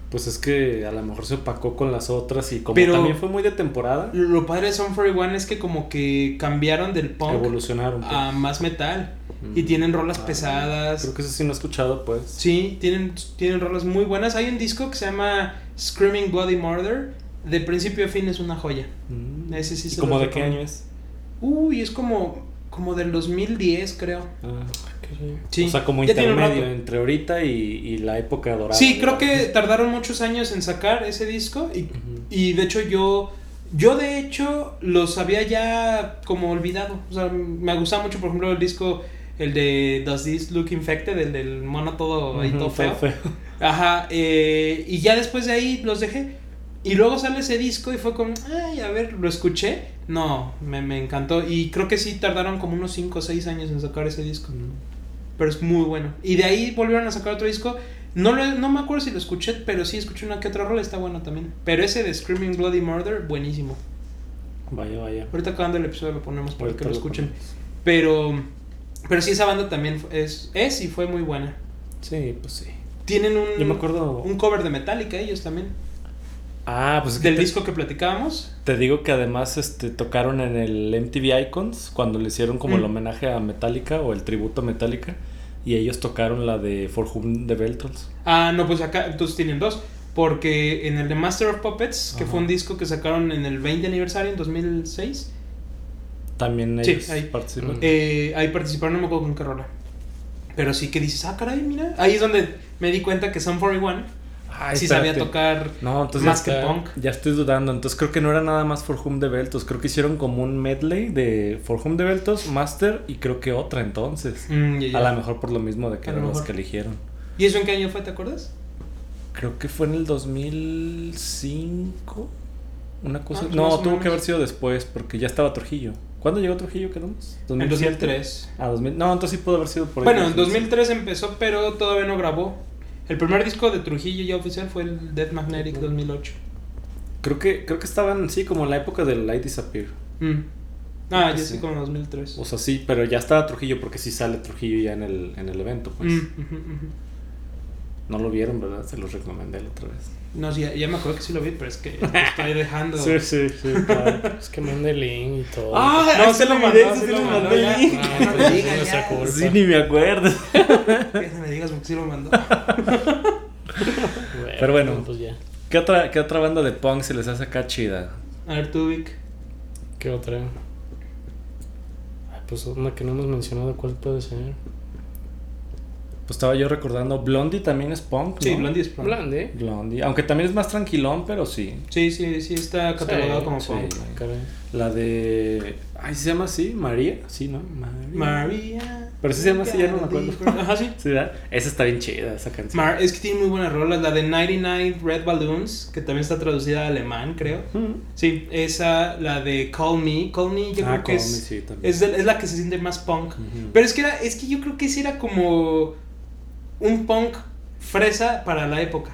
Speaker 2: Pues es que a lo mejor se opacó con las otras y como
Speaker 1: Pero-
Speaker 2: también fue muy de temporada,
Speaker 1: Lo padre de Some 41 es que como que cambiaron del punk
Speaker 2: evolucionaron. pues.
Speaker 1: a más metal y
Speaker 2: Mm.
Speaker 1: tienen rolas
Speaker 2: Ah,
Speaker 1: pesadas.
Speaker 2: Creo que eso sí no he escuchado, pues.
Speaker 1: Sí, tienen, tienen rolas muy buenas. Hay un disco que se llama Screaming Bloody Murder. De principio a fin es una joya.
Speaker 2: Mm.
Speaker 1: Ese sí
Speaker 2: ¿Y
Speaker 1: se
Speaker 2: como
Speaker 1: los
Speaker 2: de qué
Speaker 1: recomiendo.
Speaker 2: año es?
Speaker 1: Uy, es como, como del 2010, creo.
Speaker 2: Ah.
Speaker 3: Caray.
Speaker 1: Sí.
Speaker 2: O sea, como
Speaker 1: ya tiene un
Speaker 2: intermedio
Speaker 1: rato.
Speaker 2: entre ahorita y, y la época dorada.
Speaker 1: Sí, creo que tardaron muchos años en sacar ese disco. Y,
Speaker 2: Ujú.
Speaker 1: y de hecho, yo. Yo de hecho los había ya como olvidado. O sea, me gustaba mucho, por ejemplo, el disco, el de Does This Look Infected, el del mono todo, ahí
Speaker 2: Ujú,
Speaker 1: todo
Speaker 2: fue-
Speaker 1: feo.
Speaker 2: fue-
Speaker 1: Ajá, eh, y ya después de ahí los dejé. Y luego sale ese disco y fue como, ay, a ver, lo escuché. No, me, me encantó. Y creo que sí tardaron como unos 5 o 6 años en sacar ese disco. Pero es muy bueno. Y de ahí volvieron a sacar otro disco. No, lo- no me acuerdo si lo escuché, pero sí escuché una que otra rola, está bueno también. Pero ese de Screaming Bloody Murder, buenísimo.
Speaker 2: Vaya, vaya.
Speaker 1: Ahorita acabando el episodio lo ponemos para
Speaker 2: Ahorita
Speaker 1: que lo
Speaker 2: lo
Speaker 1: escuchen. Pero, pero sí, esa banda también fue- es, es y fue muy buena.
Speaker 2: Sí, pues sí.
Speaker 1: Tienen un...
Speaker 2: Yo me acuerdo.
Speaker 1: Un cover de Metallica ellos también.
Speaker 2: Ah, pues es que
Speaker 1: Del
Speaker 2: te-
Speaker 1: disco que platicábamos.
Speaker 2: Te digo que además este, tocaron en el MTV Icons cuando le hicieron como el
Speaker 1: Mm.
Speaker 2: homenaje a Metallica o el tributo a Metallica y ellos tocaron la de For Whom the Bell Tolls.
Speaker 1: Ah, no, pues acá entonces tienen dos. Porque en el de Master of Puppets, que
Speaker 2: Ajá.
Speaker 1: fue un disco que sacaron en el 20 aniversario en 2006,
Speaker 2: También
Speaker 1: Sí,
Speaker 2: ellos
Speaker 1: ahí.
Speaker 2: participan.
Speaker 3: Mm.
Speaker 1: eh, ahí participaron, no me acuerdo con qué rola. Pero sí que dices, ah, caray, mira. Ahí es donde me di cuenta que Sun 41
Speaker 2: Ay,
Speaker 1: Ah, sí
Speaker 2: Ah, espérate.
Speaker 1: sabía tocar
Speaker 2: No, entonces
Speaker 1: más
Speaker 2: ya
Speaker 1: que
Speaker 2: está-
Speaker 1: punk.
Speaker 2: Ya estoy dudando. Entonces creo que no era nada más For Whom the Bell Tolls. Creo que hicieron como un medley de For Whom the Bell Tolls, Master y creo que otra entonces.
Speaker 1: Mm, ya, ya.
Speaker 2: A lo mejor por lo mismo de que
Speaker 1: A lo
Speaker 2: eran los
Speaker 1: mejor.
Speaker 2: que eligieron.
Speaker 1: ¿Y eso en qué año fue, te acuerdas?
Speaker 2: Creo que fue en el 2005. Una cosa.
Speaker 1: Ah, pues
Speaker 2: no,
Speaker 1: más o
Speaker 2: tuvo
Speaker 1: menos.
Speaker 2: que haber sido después, porque ya estaba Trujillo. ¿Cuándo llegó Trujillo, quedamos?
Speaker 1: En
Speaker 2: 2007.
Speaker 1: 2003.
Speaker 2: Ah, 2000. No, entonces sí pudo haber sido por ahí.
Speaker 1: Bueno, en 2003 empezó, pero todavía no grabó. El primer disco de Trujillo ya oficial fue el Dead Magnetic 2008.
Speaker 2: Creo que, creo que estaban, sí, como en la época del Light Disappear.
Speaker 1: Mm. Ah,
Speaker 2: que
Speaker 1: yo
Speaker 2: sí.
Speaker 1: sí como 2003.
Speaker 2: O sea, sí, pero ya estaba Trujillo porque sí sale Trujillo ya en el, en el evento, pues.
Speaker 1: Mm, ujú, ujú.
Speaker 2: No lo vieron, ¿verdad? Se los recomendé la otra vez.
Speaker 1: No, sí, ya, ya me acuerdo que sí lo vi, pero es que lo estoy dejando.
Speaker 2: Sí, sí, sí. claro.
Speaker 3: Es que mande el link y todo.
Speaker 2: ah,
Speaker 1: No,
Speaker 2: no,
Speaker 1: sí
Speaker 2: se lo
Speaker 1: lo
Speaker 2: mandé,
Speaker 1: mandó,
Speaker 2: sí
Speaker 1: sí
Speaker 2: lo
Speaker 1: lo
Speaker 2: mandé
Speaker 1: mandó,
Speaker 2: el
Speaker 1: ya.
Speaker 2: link.
Speaker 3: Ah, pues,
Speaker 1: no
Speaker 3: sí,
Speaker 1: digas
Speaker 3: no sea
Speaker 1: ya.
Speaker 3: culpa.
Speaker 2: Sí, ni me acuerdo.
Speaker 1: Que no me digas porque sí lo mandó.
Speaker 3: Bueno,
Speaker 2: Pero bueno.
Speaker 3: Pues ya.
Speaker 2: ¿Qué otra, ¿Qué otra banda de punk se les hace acá chida?
Speaker 1: A ver, tú, Vic.
Speaker 3: ¿Qué otra? Ay, Pues una que no hemos mencionado, ¿cuál puede ser?
Speaker 2: Pues estaba yo recordando, Blondie también es punk,
Speaker 1: Sí,
Speaker 2: ¿no?
Speaker 1: Blondie es punk.
Speaker 3: Blande.
Speaker 2: Blondie, aunque también es más tranquilón, pero sí.
Speaker 1: Sí, sí, sí, está catalogado
Speaker 3: Sí,
Speaker 1: como
Speaker 2: sí.
Speaker 1: punk.
Speaker 3: Ah, Caray.
Speaker 2: La de... Ay, ¿se llama así? ¿María? Sí, ¿no? María.
Speaker 1: María.
Speaker 2: Pero sí se llama así, ya no me acuerdo.
Speaker 1: Ajá, sí.
Speaker 2: Sí, ¿verdad? Esa está bien chida, esa canción.
Speaker 1: Mar- es que tiene muy buenas rolas. La de 99 Red Balloons, que también está traducida a alemán, creo.
Speaker 2: Mm.
Speaker 1: Sí, esa, la de Call Me. Call Me, yo
Speaker 2: Ah,
Speaker 1: creo que
Speaker 2: Call
Speaker 1: es,
Speaker 2: Me, sí, también.
Speaker 1: es, de- es la que se siente más punk.
Speaker 2: Ujú.
Speaker 1: Pero es que, era, es que yo creo que ese era como un punk fresa para la época.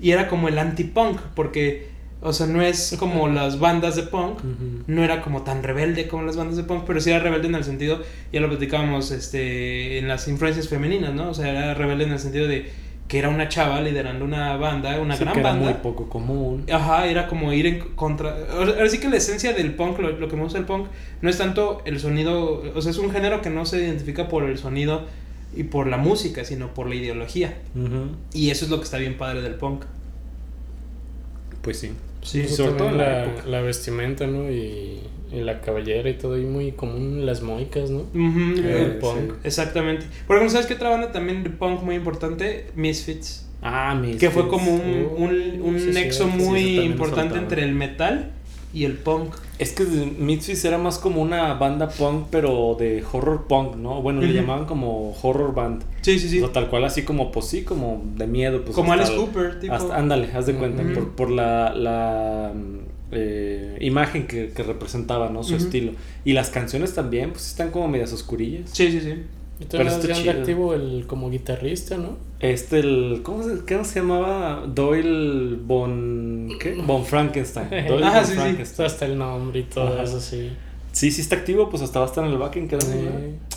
Speaker 1: Y era como el anti-punk, porque, o sea, no es como las bandas de punk,
Speaker 2: Ujú.
Speaker 1: no era como tan rebelde como las bandas de punk, pero sí era rebelde en el sentido, ya lo platicábamos este, en las influencias femeninas, ¿no? O sea, era rebelde en el sentido de que era una chava liderando una banda, una
Speaker 2: Sí,
Speaker 1: gran
Speaker 2: que era
Speaker 1: banda.
Speaker 2: muy poco común.
Speaker 1: Ajá, era como ir en contra. ahora- Ahora sí que la esencia del punk, lo, lo que me gusta del punk, no es tanto el sonido. O sea, es un género que no se identifica por el sonido y por la música, sino por la ideología.
Speaker 2: Ujú.
Speaker 1: Y eso es lo que está bien padre del punk.
Speaker 2: Pues sí.
Speaker 1: Sí,
Speaker 3: Pues
Speaker 2: sobre todo en
Speaker 3: también
Speaker 2: la
Speaker 3: la,
Speaker 2: época.
Speaker 3: la vestimenta, ¿no? Y, y la cabellera y todo, y muy común las moicas, ¿no?
Speaker 1: Ujú,
Speaker 3: El
Speaker 1: eh,
Speaker 3: punk.
Speaker 1: Exactamente. Por ejemplo, ¿sabes qué otra banda también de punk muy importante? Misfits.
Speaker 2: Ah, mis.
Speaker 1: Que fue como un,
Speaker 3: Oh,
Speaker 1: un, un
Speaker 3: sí, sí,
Speaker 1: nexo
Speaker 3: sí,
Speaker 1: muy
Speaker 2: eso también
Speaker 1: importante
Speaker 2: soltaba.
Speaker 1: entre el metal y el punk.
Speaker 2: Es que Midfist era más como una banda punk, pero de horror punk, ¿no? Bueno, le
Speaker 1: Ujú.
Speaker 2: llamaban como horror band.
Speaker 1: Sí, sí, sí.
Speaker 2: O sea, tal cual, así como, pues sí, como de miedo. Pues,
Speaker 1: Como
Speaker 2: hasta
Speaker 1: Alice
Speaker 2: el-
Speaker 1: Cooper, tipo.
Speaker 2: hasta- ándale, haz de cuenta,
Speaker 1: Ujú.
Speaker 2: por, por la, la, mm, eh, imagen que, que representaba, ¿no? Su
Speaker 1: Ujú.
Speaker 2: estilo. Y las canciones también, pues están como medias oscurillas.
Speaker 1: Sí, sí, sí.
Speaker 3: Y
Speaker 2: Pero
Speaker 3: también
Speaker 2: está
Speaker 3: ya anda
Speaker 2: chido.
Speaker 3: activo el como guitarrista, ¿no?
Speaker 2: Este, el. ¿Cómo se, qué se llamaba? Doyle Von. ¿Qué? Von Frankenstein. Doyle
Speaker 1: Ah,
Speaker 2: von
Speaker 1: sí, sí.
Speaker 2: Frankenstein.
Speaker 3: Hasta el nombre y todo
Speaker 2: Ajá.
Speaker 3: eso, sí.
Speaker 2: Sí, sí está activo, pues hasta va a estar en el backing cada
Speaker 3: Sí.
Speaker 2: semana.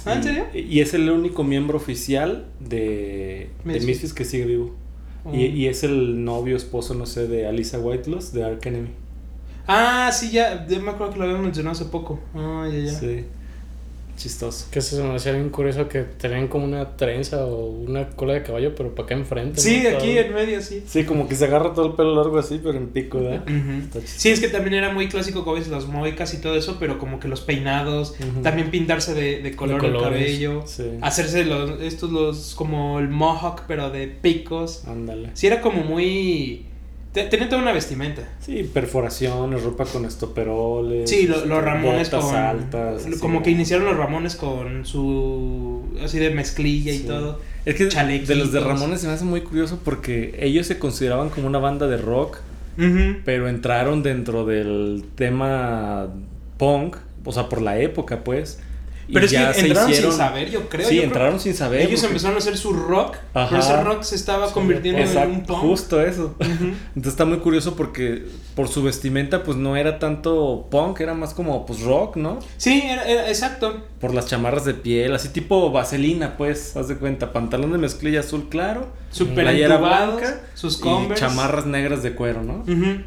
Speaker 1: Ah, ¿en serio?
Speaker 2: Y, y es el único miembro oficial de, de
Speaker 1: Misfits. Oh.
Speaker 2: Misfits que sigue vivo. Y, y es el novio, esposo, no sé, de Alisa Whiteloss de Ark Enemy.
Speaker 1: Ah, sí, ya, ya me acuerdo que lo habíamos mencionado hace poco. Ah, ya, ya.
Speaker 2: Sí. Chistoso.
Speaker 3: Que se me hacía bien curioso que tenían como una trenza o una cola de caballo, pero para acá enfrente.
Speaker 1: Sí,
Speaker 3: ¿no? Todo.
Speaker 1: aquí en medio, sí.
Speaker 2: Sí, como que se agarra todo el pelo largo así, pero en pico, ¿verdad?
Speaker 1: Ujú.
Speaker 2: Está chistoso.
Speaker 1: Sí, es que también era muy clásico, como ves, las moicas y todo eso, pero como que los peinados,
Speaker 2: Ujú.
Speaker 1: también pintarse de, de color el
Speaker 3: colores,
Speaker 1: cabello,
Speaker 2: Sí.
Speaker 1: hacerse los, estos los, como el mohawk, pero de picos.
Speaker 2: Ándale.
Speaker 1: Sí, era como muy... te- Tenía toda una vestimenta.
Speaker 2: Sí, perforaciones, ropa con estoperoles.
Speaker 1: Sí, lo-
Speaker 2: este,
Speaker 1: los Ramones
Speaker 2: botas
Speaker 1: con...
Speaker 2: altas. así,
Speaker 1: como
Speaker 2: ¿no?
Speaker 1: que iniciaron los Ramones con su... así de mezclilla y
Speaker 2: Sí.
Speaker 1: todo.
Speaker 2: Es que
Speaker 1: chalequitos.
Speaker 2: de los de Ramones se me hace muy curioso porque ellos se consideraban como una banda de rock,
Speaker 1: Ujú.
Speaker 2: pero entraron dentro del tema punk, o sea, por la época, pues. y
Speaker 1: Pero es que
Speaker 2: ya se
Speaker 1: entraron sin
Speaker 2: hicieron-
Speaker 1: saber, yo creo.
Speaker 2: Sí,
Speaker 1: yo creo-
Speaker 2: entraron sin saber.
Speaker 1: Ellos
Speaker 2: porque-
Speaker 1: empezaron a hacer su rock,
Speaker 2: Ajá.
Speaker 1: pero ese rock se estaba
Speaker 3: Sí,
Speaker 1: convirtiendo en
Speaker 2: Exacto,
Speaker 1: un punk.
Speaker 2: justo eso.
Speaker 1: Ujú.
Speaker 2: Entonces está muy curioso porque por su vestimenta pues no era tanto punk, era más como pues rock, ¿no?
Speaker 1: Sí, era- era- exacto.
Speaker 2: Por las chamarras de piel, así tipo vaselina, pues, haz de cuenta, pantalón de mezclilla azul claro,
Speaker 1: Super
Speaker 2: playera
Speaker 1: entubados,
Speaker 2: blanca
Speaker 1: sus
Speaker 2: y
Speaker 1: Converse.
Speaker 2: chamarras negras de cuero, ¿no?
Speaker 1: Ujú.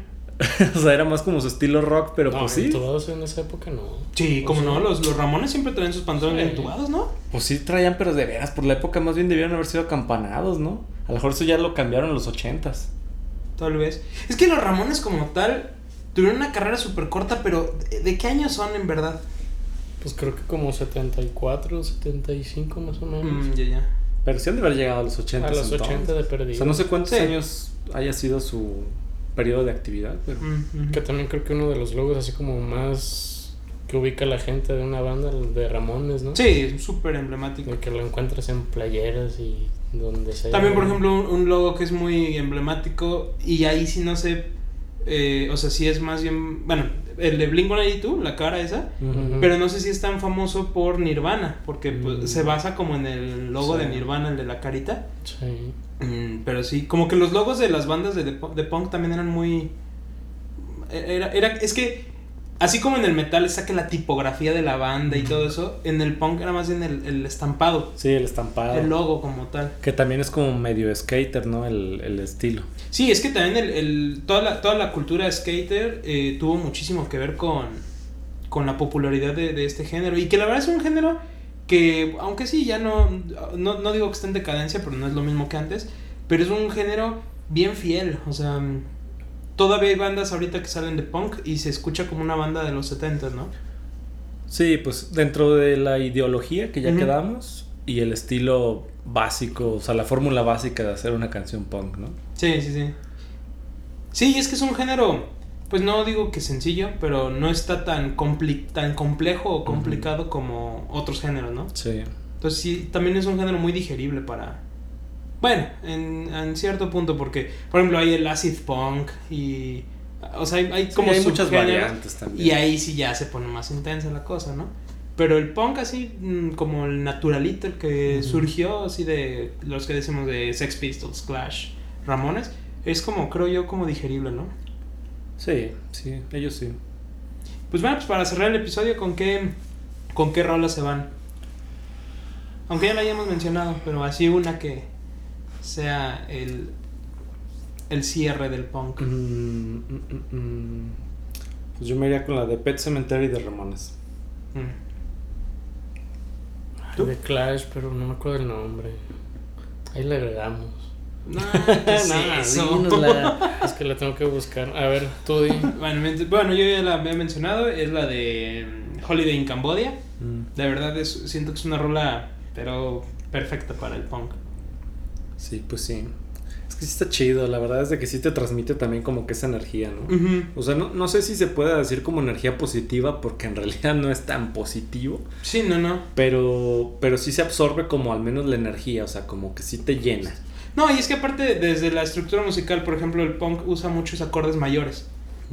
Speaker 2: o sea, era más como su estilo rock, pero
Speaker 3: No,
Speaker 2: pues sí,
Speaker 3: entubados en esa época no.
Speaker 1: Ah, Sí, como
Speaker 3: O sea,
Speaker 1: no, los, los Ramones siempre traen sus pantalones
Speaker 3: Sí.
Speaker 1: entubados, ¿no?
Speaker 2: pues sí traían, pero de veras, por la época más bien debieron haber sido acampanados, ¿no? A lo mejor eso ya lo cambiaron en los ochentas.
Speaker 1: Tal vez. Es que los Ramones como tal tuvieron una carrera súper corta, pero ¿de, de qué años son en verdad?
Speaker 3: Pues creo que como 74, 75 más o menos.
Speaker 1: Mm, ya, ya.
Speaker 2: Pero sí han de haber llegado a los ochentas.
Speaker 3: a los 80 de perdido.
Speaker 2: O sea, no sé cuántos
Speaker 1: Sí.
Speaker 2: años haya sido su periodo de actividad, pero...
Speaker 1: Mm, ujú.
Speaker 3: Que también creo que uno de los logos así como más que ubica la gente de una banda, el de Ramones, ¿no?
Speaker 1: Sí, súper emblemático.
Speaker 3: De que lo encuentras en playeras y donde sea.
Speaker 1: También, por ejemplo, un, un logo que es muy emblemático y ahí sí no sé, eh, o sea, sí es más bien, bueno, el de Blink-182, la cara esa,
Speaker 2: Ujú.
Speaker 1: pero no sé si es tan famoso por Nirvana, porque pues,
Speaker 2: Mm.
Speaker 1: se basa como en el logo
Speaker 2: Sí.
Speaker 1: de Nirvana, el de la carita.
Speaker 3: Sí.
Speaker 1: Mm, pero sí, como que los logos de las bandas de, de, de punk también eran muy... e-, Era, era, es que, así como en el metal está que la tipografía de la banda
Speaker 2: Mm.
Speaker 1: y todo eso, en el punk era más bien el, el estampado,
Speaker 2: Sí, el estampado.
Speaker 1: el logo como tal.
Speaker 2: Que también es como medio skater, ¿no? El, el estilo.
Speaker 1: Sí, es que también el, el- toda, la, toda la cultura skater eh, tuvo muchísimo que ver con, con la popularidad de, de este género. Y que la verdad es un género que, aunque sí, ya no, no, no digo que esté en decadencia, pero no es lo mismo que antes. Pero es un género bien fiel. O sea, mm, todavía hay bandas ahorita que salen de punk y se escucha como una banda de los 70, ¿no?
Speaker 2: Sí, pues dentro de la ideología que ya
Speaker 1: Ujú.
Speaker 2: quedamos y el estilo básico, o sea, la fórmula básica de hacer una canción punk, ¿no?
Speaker 1: Sí, sí, sí. Sí, es que es un género, pues no digo que sencillo, pero no está tan, compli- tan complejo o complicado como otros géneros, ¿no?
Speaker 2: Sí.
Speaker 1: Entonces sí, también es un género muy digerible para... Bueno, en, en cierto punto, porque, por ejemplo, hay el acid punk y... O sea, hay, hay como
Speaker 2: hay muchas
Speaker 1: subgéneros,
Speaker 2: variantes también.
Speaker 1: Y ahí sí ya se pone más intensa la cosa, ¿no? Pero el punk así, mm, como el naturalito, el que
Speaker 2: Ujú.
Speaker 1: surgió así de los que decimos de Sex Pistols, Clash, Ramones, es como, creo yo, como digerible, ¿no?
Speaker 2: Sí, sí, ellos sí.
Speaker 1: Pues bueno, pues para cerrar el episodio, ¿con qué, con qué rola se van? Aunque ya la hayamos mencionado, pero así una que sea el, el cierre del punk.
Speaker 2: Mm, mm, mm, mm. Pues yo me iría con la de Pet Cemetery de Ramones.
Speaker 1: Mm. ¿Tú?
Speaker 3: De Clash, pero no me acuerdo el nombre. Ahí le agregamos.
Speaker 1: No, ¿qué es
Speaker 3: Nah,
Speaker 1: eso?
Speaker 3: dínosla. es que la tengo que buscar. A ver, tú di.
Speaker 1: Bueno, ment- bueno, yo ya la había mencionado, es la de mm, Holiday in Cambodia.
Speaker 2: Mm.
Speaker 1: La verdad es, siento que es una rola, pero perfecta para el punk.
Speaker 2: Sí, pues sí. Es que sí está chido, la verdad es de que sí te transmite también como que esa energía, ¿no?
Speaker 1: Ujú.
Speaker 2: O sea, no, no sé si se puede decir como energía positiva porque en realidad no es tan positivo,
Speaker 1: Sí, no, no.
Speaker 2: pero, pero sí se absorbe como al menos la energía, o sea, como que sí te llena.
Speaker 1: No, y es que aparte desde la estructura musical, por ejemplo, el punk usa muchos acordes mayores.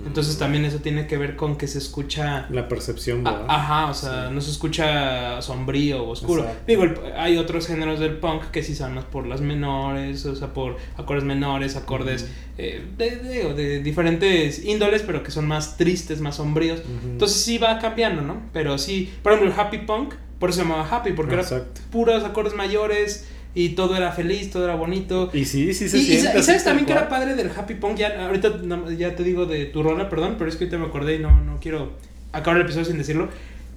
Speaker 1: Entonces también eso tiene que ver con que se escucha...
Speaker 2: La percepción,
Speaker 1: a-
Speaker 2: ¿verdad?
Speaker 1: Ah, Ajá, o sea, no se escucha sombrío o oscuro.
Speaker 2: Exacto.
Speaker 1: Digo, el- hay otros géneros del punk que sí son las por las menores, o sea, por acordes menores, acordes eh, de, de- de diferentes índoles, pero que son más tristes, más sombríos.
Speaker 2: Ujú.
Speaker 1: Entonces sí va cambiando, ¿no? Pero sí, por ejemplo, el happy punk, por eso se llamaba happy, porque
Speaker 2: Exacto.
Speaker 1: era puros acordes mayores y todo era feliz, todo era bonito.
Speaker 2: Y sí, sí
Speaker 1: Y,
Speaker 2: se
Speaker 1: y
Speaker 2: siente.
Speaker 1: sa- y
Speaker 2: así
Speaker 1: sabes
Speaker 2: tal
Speaker 1: también que
Speaker 2: cual.
Speaker 1: era padre del happy punk, ya ahorita no- ya te digo de tu rola, perdón, pero es que ahorita me acordé y no, no quiero acabar el episodio sin decirlo.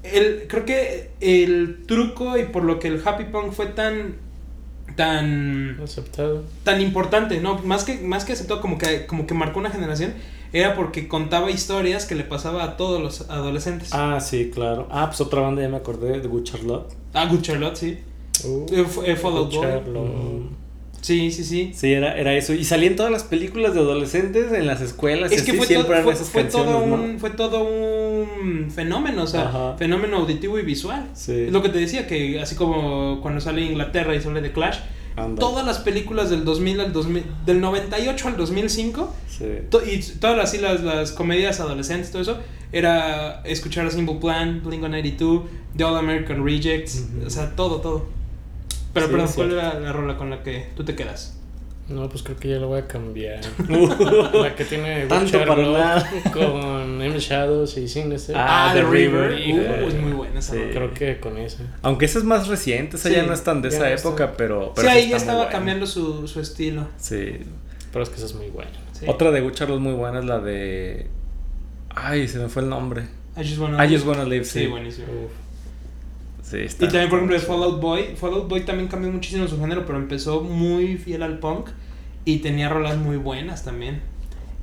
Speaker 1: El, creo que el truco y por lo que el happy punk fue tan tan
Speaker 3: Aceptado.
Speaker 1: tan importante, no, más que más que aceptó como que como que marcó una generación era porque contaba historias que le pasaba a todos los adolescentes.
Speaker 2: Ah, sí, claro. Ah, pues otra banda ya me acordé, de Good Charlotte.
Speaker 1: Ah, Good Charlotte, sí.
Speaker 3: Uh,
Speaker 1: Eh, f- eh, Fall Out Boy.
Speaker 3: escucharlo.
Speaker 2: Mm.
Speaker 1: Sí, sí, sí.
Speaker 2: Sí, era, era eso. Y salían todas las películas de adolescentes en las escuelas.
Speaker 1: Es
Speaker 2: y
Speaker 1: que
Speaker 2: así
Speaker 1: fue,
Speaker 2: siempre
Speaker 1: to-
Speaker 2: eran
Speaker 1: fue,
Speaker 2: esas
Speaker 1: fue todo
Speaker 2: canciones, ¿no?
Speaker 1: un, fue todo un fenómeno, o sea,
Speaker 2: Ajá.
Speaker 1: fenómeno auditivo y visual.
Speaker 2: Sí.
Speaker 1: Es lo que te decía, que así como cuando sale Inglaterra y sale The Clash,
Speaker 2: Anda.
Speaker 1: todas las películas del 2000 al 2000, del 98 al 2005,
Speaker 2: Sí.
Speaker 1: to- y todas las, sí, las, las comedias adolescentes, todo eso, era escuchar a Simple Plan, Blink-182, The All American Rejects,
Speaker 2: Ujú.
Speaker 1: o sea, todo, todo. Pero,
Speaker 2: Sí,
Speaker 1: perdón,
Speaker 2: es
Speaker 1: ¿cuál
Speaker 2: cierto.
Speaker 1: era la rola con la que tú te quedas?
Speaker 3: No, pues creo que ya lo voy a cambiar. la que tiene Good
Speaker 2: Tanto para
Speaker 3: Charlotte
Speaker 2: nada.
Speaker 3: con M Shadows y Sinister.
Speaker 2: Ah, The River.
Speaker 1: Uh, es muy buena esa
Speaker 2: Sí.
Speaker 1: rola.
Speaker 3: Creo que con esa.
Speaker 2: Aunque esa es más reciente, esa
Speaker 1: Sí,
Speaker 2: ya no es tan de
Speaker 3: ya
Speaker 2: esa
Speaker 3: no es
Speaker 2: época,
Speaker 3: tan-
Speaker 2: pero,
Speaker 1: Sí,
Speaker 2: pero
Speaker 1: ahí ya
Speaker 2: está muy
Speaker 1: estaba
Speaker 2: buena.
Speaker 1: cambiando su, su estilo.
Speaker 2: Sí.
Speaker 3: Pero es que esa es muy buena.
Speaker 1: Sí.
Speaker 2: Otra de Good Charlotte muy buena es la de. Ay, se me fue el nombre.
Speaker 1: I just wanna
Speaker 2: I Just
Speaker 1: Live.
Speaker 2: Wanna Live,
Speaker 1: Sí,
Speaker 2: sí.
Speaker 1: buenísimo.
Speaker 3: Uf.
Speaker 2: Sí, está.
Speaker 1: Y también, por ejemplo, de Fallout Boy. Fallout Boy también cambió muchísimo su género, pero empezó muy fiel al punk y tenía rolas muy buenas también.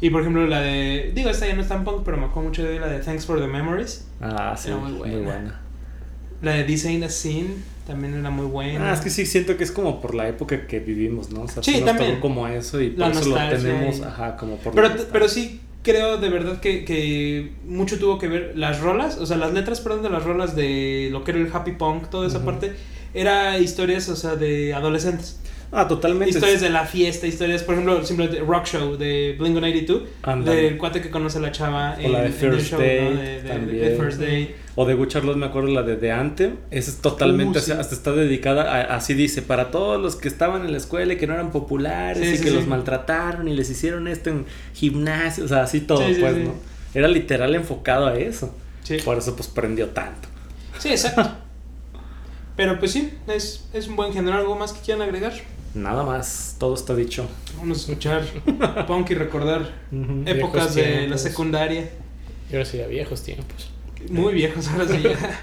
Speaker 1: Y por ejemplo, la de. Digo, esta ya no es tan punk, pero me acuerdo mucho de la de Thanks for the Memories.
Speaker 2: Ah, sí,
Speaker 1: Era muy
Speaker 2: muy buena.
Speaker 1: buena. La de This Ain't a Sin también era muy buena.
Speaker 2: Ah, es que sí, siento que es como por la época que vivimos, ¿no? O sea,
Speaker 1: Sí,
Speaker 2: sí, nos tocó
Speaker 1: también.
Speaker 2: como eso y por
Speaker 1: La
Speaker 2: eso lo
Speaker 1: nostalgia
Speaker 2: tenemos,
Speaker 1: y-
Speaker 2: ajá, como por
Speaker 1: Pero,
Speaker 2: la nostalgia.
Speaker 1: pero sí creo de verdad que, que mucho tuvo que ver las rolas, o sea, las letras, perdón, de las rolas de lo que era el happy punk, toda esa
Speaker 2: Ujú.
Speaker 1: parte, era historias, o sea, de adolescentes.
Speaker 2: Ah, totalmente.
Speaker 1: Historias de la fiesta, historias, por ejemplo, simplemente Rock Show de Blingo 92,
Speaker 2: Ándale.
Speaker 1: del cuate que conoce a la chava
Speaker 2: O la de
Speaker 1: el
Speaker 2: First
Speaker 1: show,
Speaker 2: Date.
Speaker 1: ¿no? De- de- de
Speaker 2: también.
Speaker 1: First Date.
Speaker 2: O de Good Charlotte, me acuerdo la de The Anthem. Esa es totalmente,
Speaker 1: Uh, sí.
Speaker 2: hasta- hasta está dedicada, a- así dice, para todos los que estaban en la escuela y que no eran populares
Speaker 1: Sí,
Speaker 2: y
Speaker 1: sí,
Speaker 2: que
Speaker 1: sí.
Speaker 2: los maltrataron y les hicieron esto en gimnasio, o sea, así todo,
Speaker 1: Sí, sí,
Speaker 2: pues,
Speaker 1: sí.
Speaker 2: ¿no? Era literal enfocado a eso.
Speaker 1: Sí.
Speaker 2: Por eso, pues, prendió tanto.
Speaker 1: Sí, exacto. Pero pues sí, es, es un buen género. ¿Algo más que quieran agregar?
Speaker 2: Nada más, todo está dicho.
Speaker 1: Vamos a escuchar punk y recordar
Speaker 2: Ujú.
Speaker 1: épocas
Speaker 3: Viejos
Speaker 1: de la
Speaker 3: tiempos.
Speaker 1: secundaria.
Speaker 3: Y ahora sí, a viejos tiempos.
Speaker 1: Muy viejos ahora sí ya.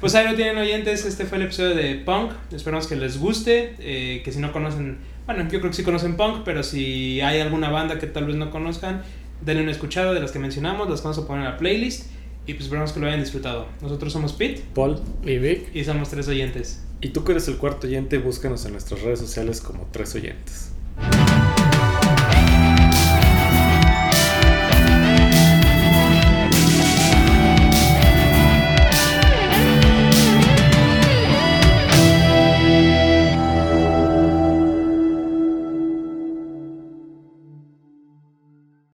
Speaker 1: Pues ahí lo tienen oyentes, este fue el episodio de Punk, esperamos que les guste, eh, que si no conocen, bueno, yo creo que sí conocen Punk, pero si hay alguna banda que tal vez no conozcan, denle una escuchada de las que mencionamos, las vamos a poner en la playlist y pues esperamos que lo hayan disfrutado. Nosotros somos Pete
Speaker 2: Paul,
Speaker 3: Y Vic,
Speaker 1: y somos tres oyentes.
Speaker 2: y tú que eres el cuarto oyente, búscanos en nuestras redes sociales como tres oyentes.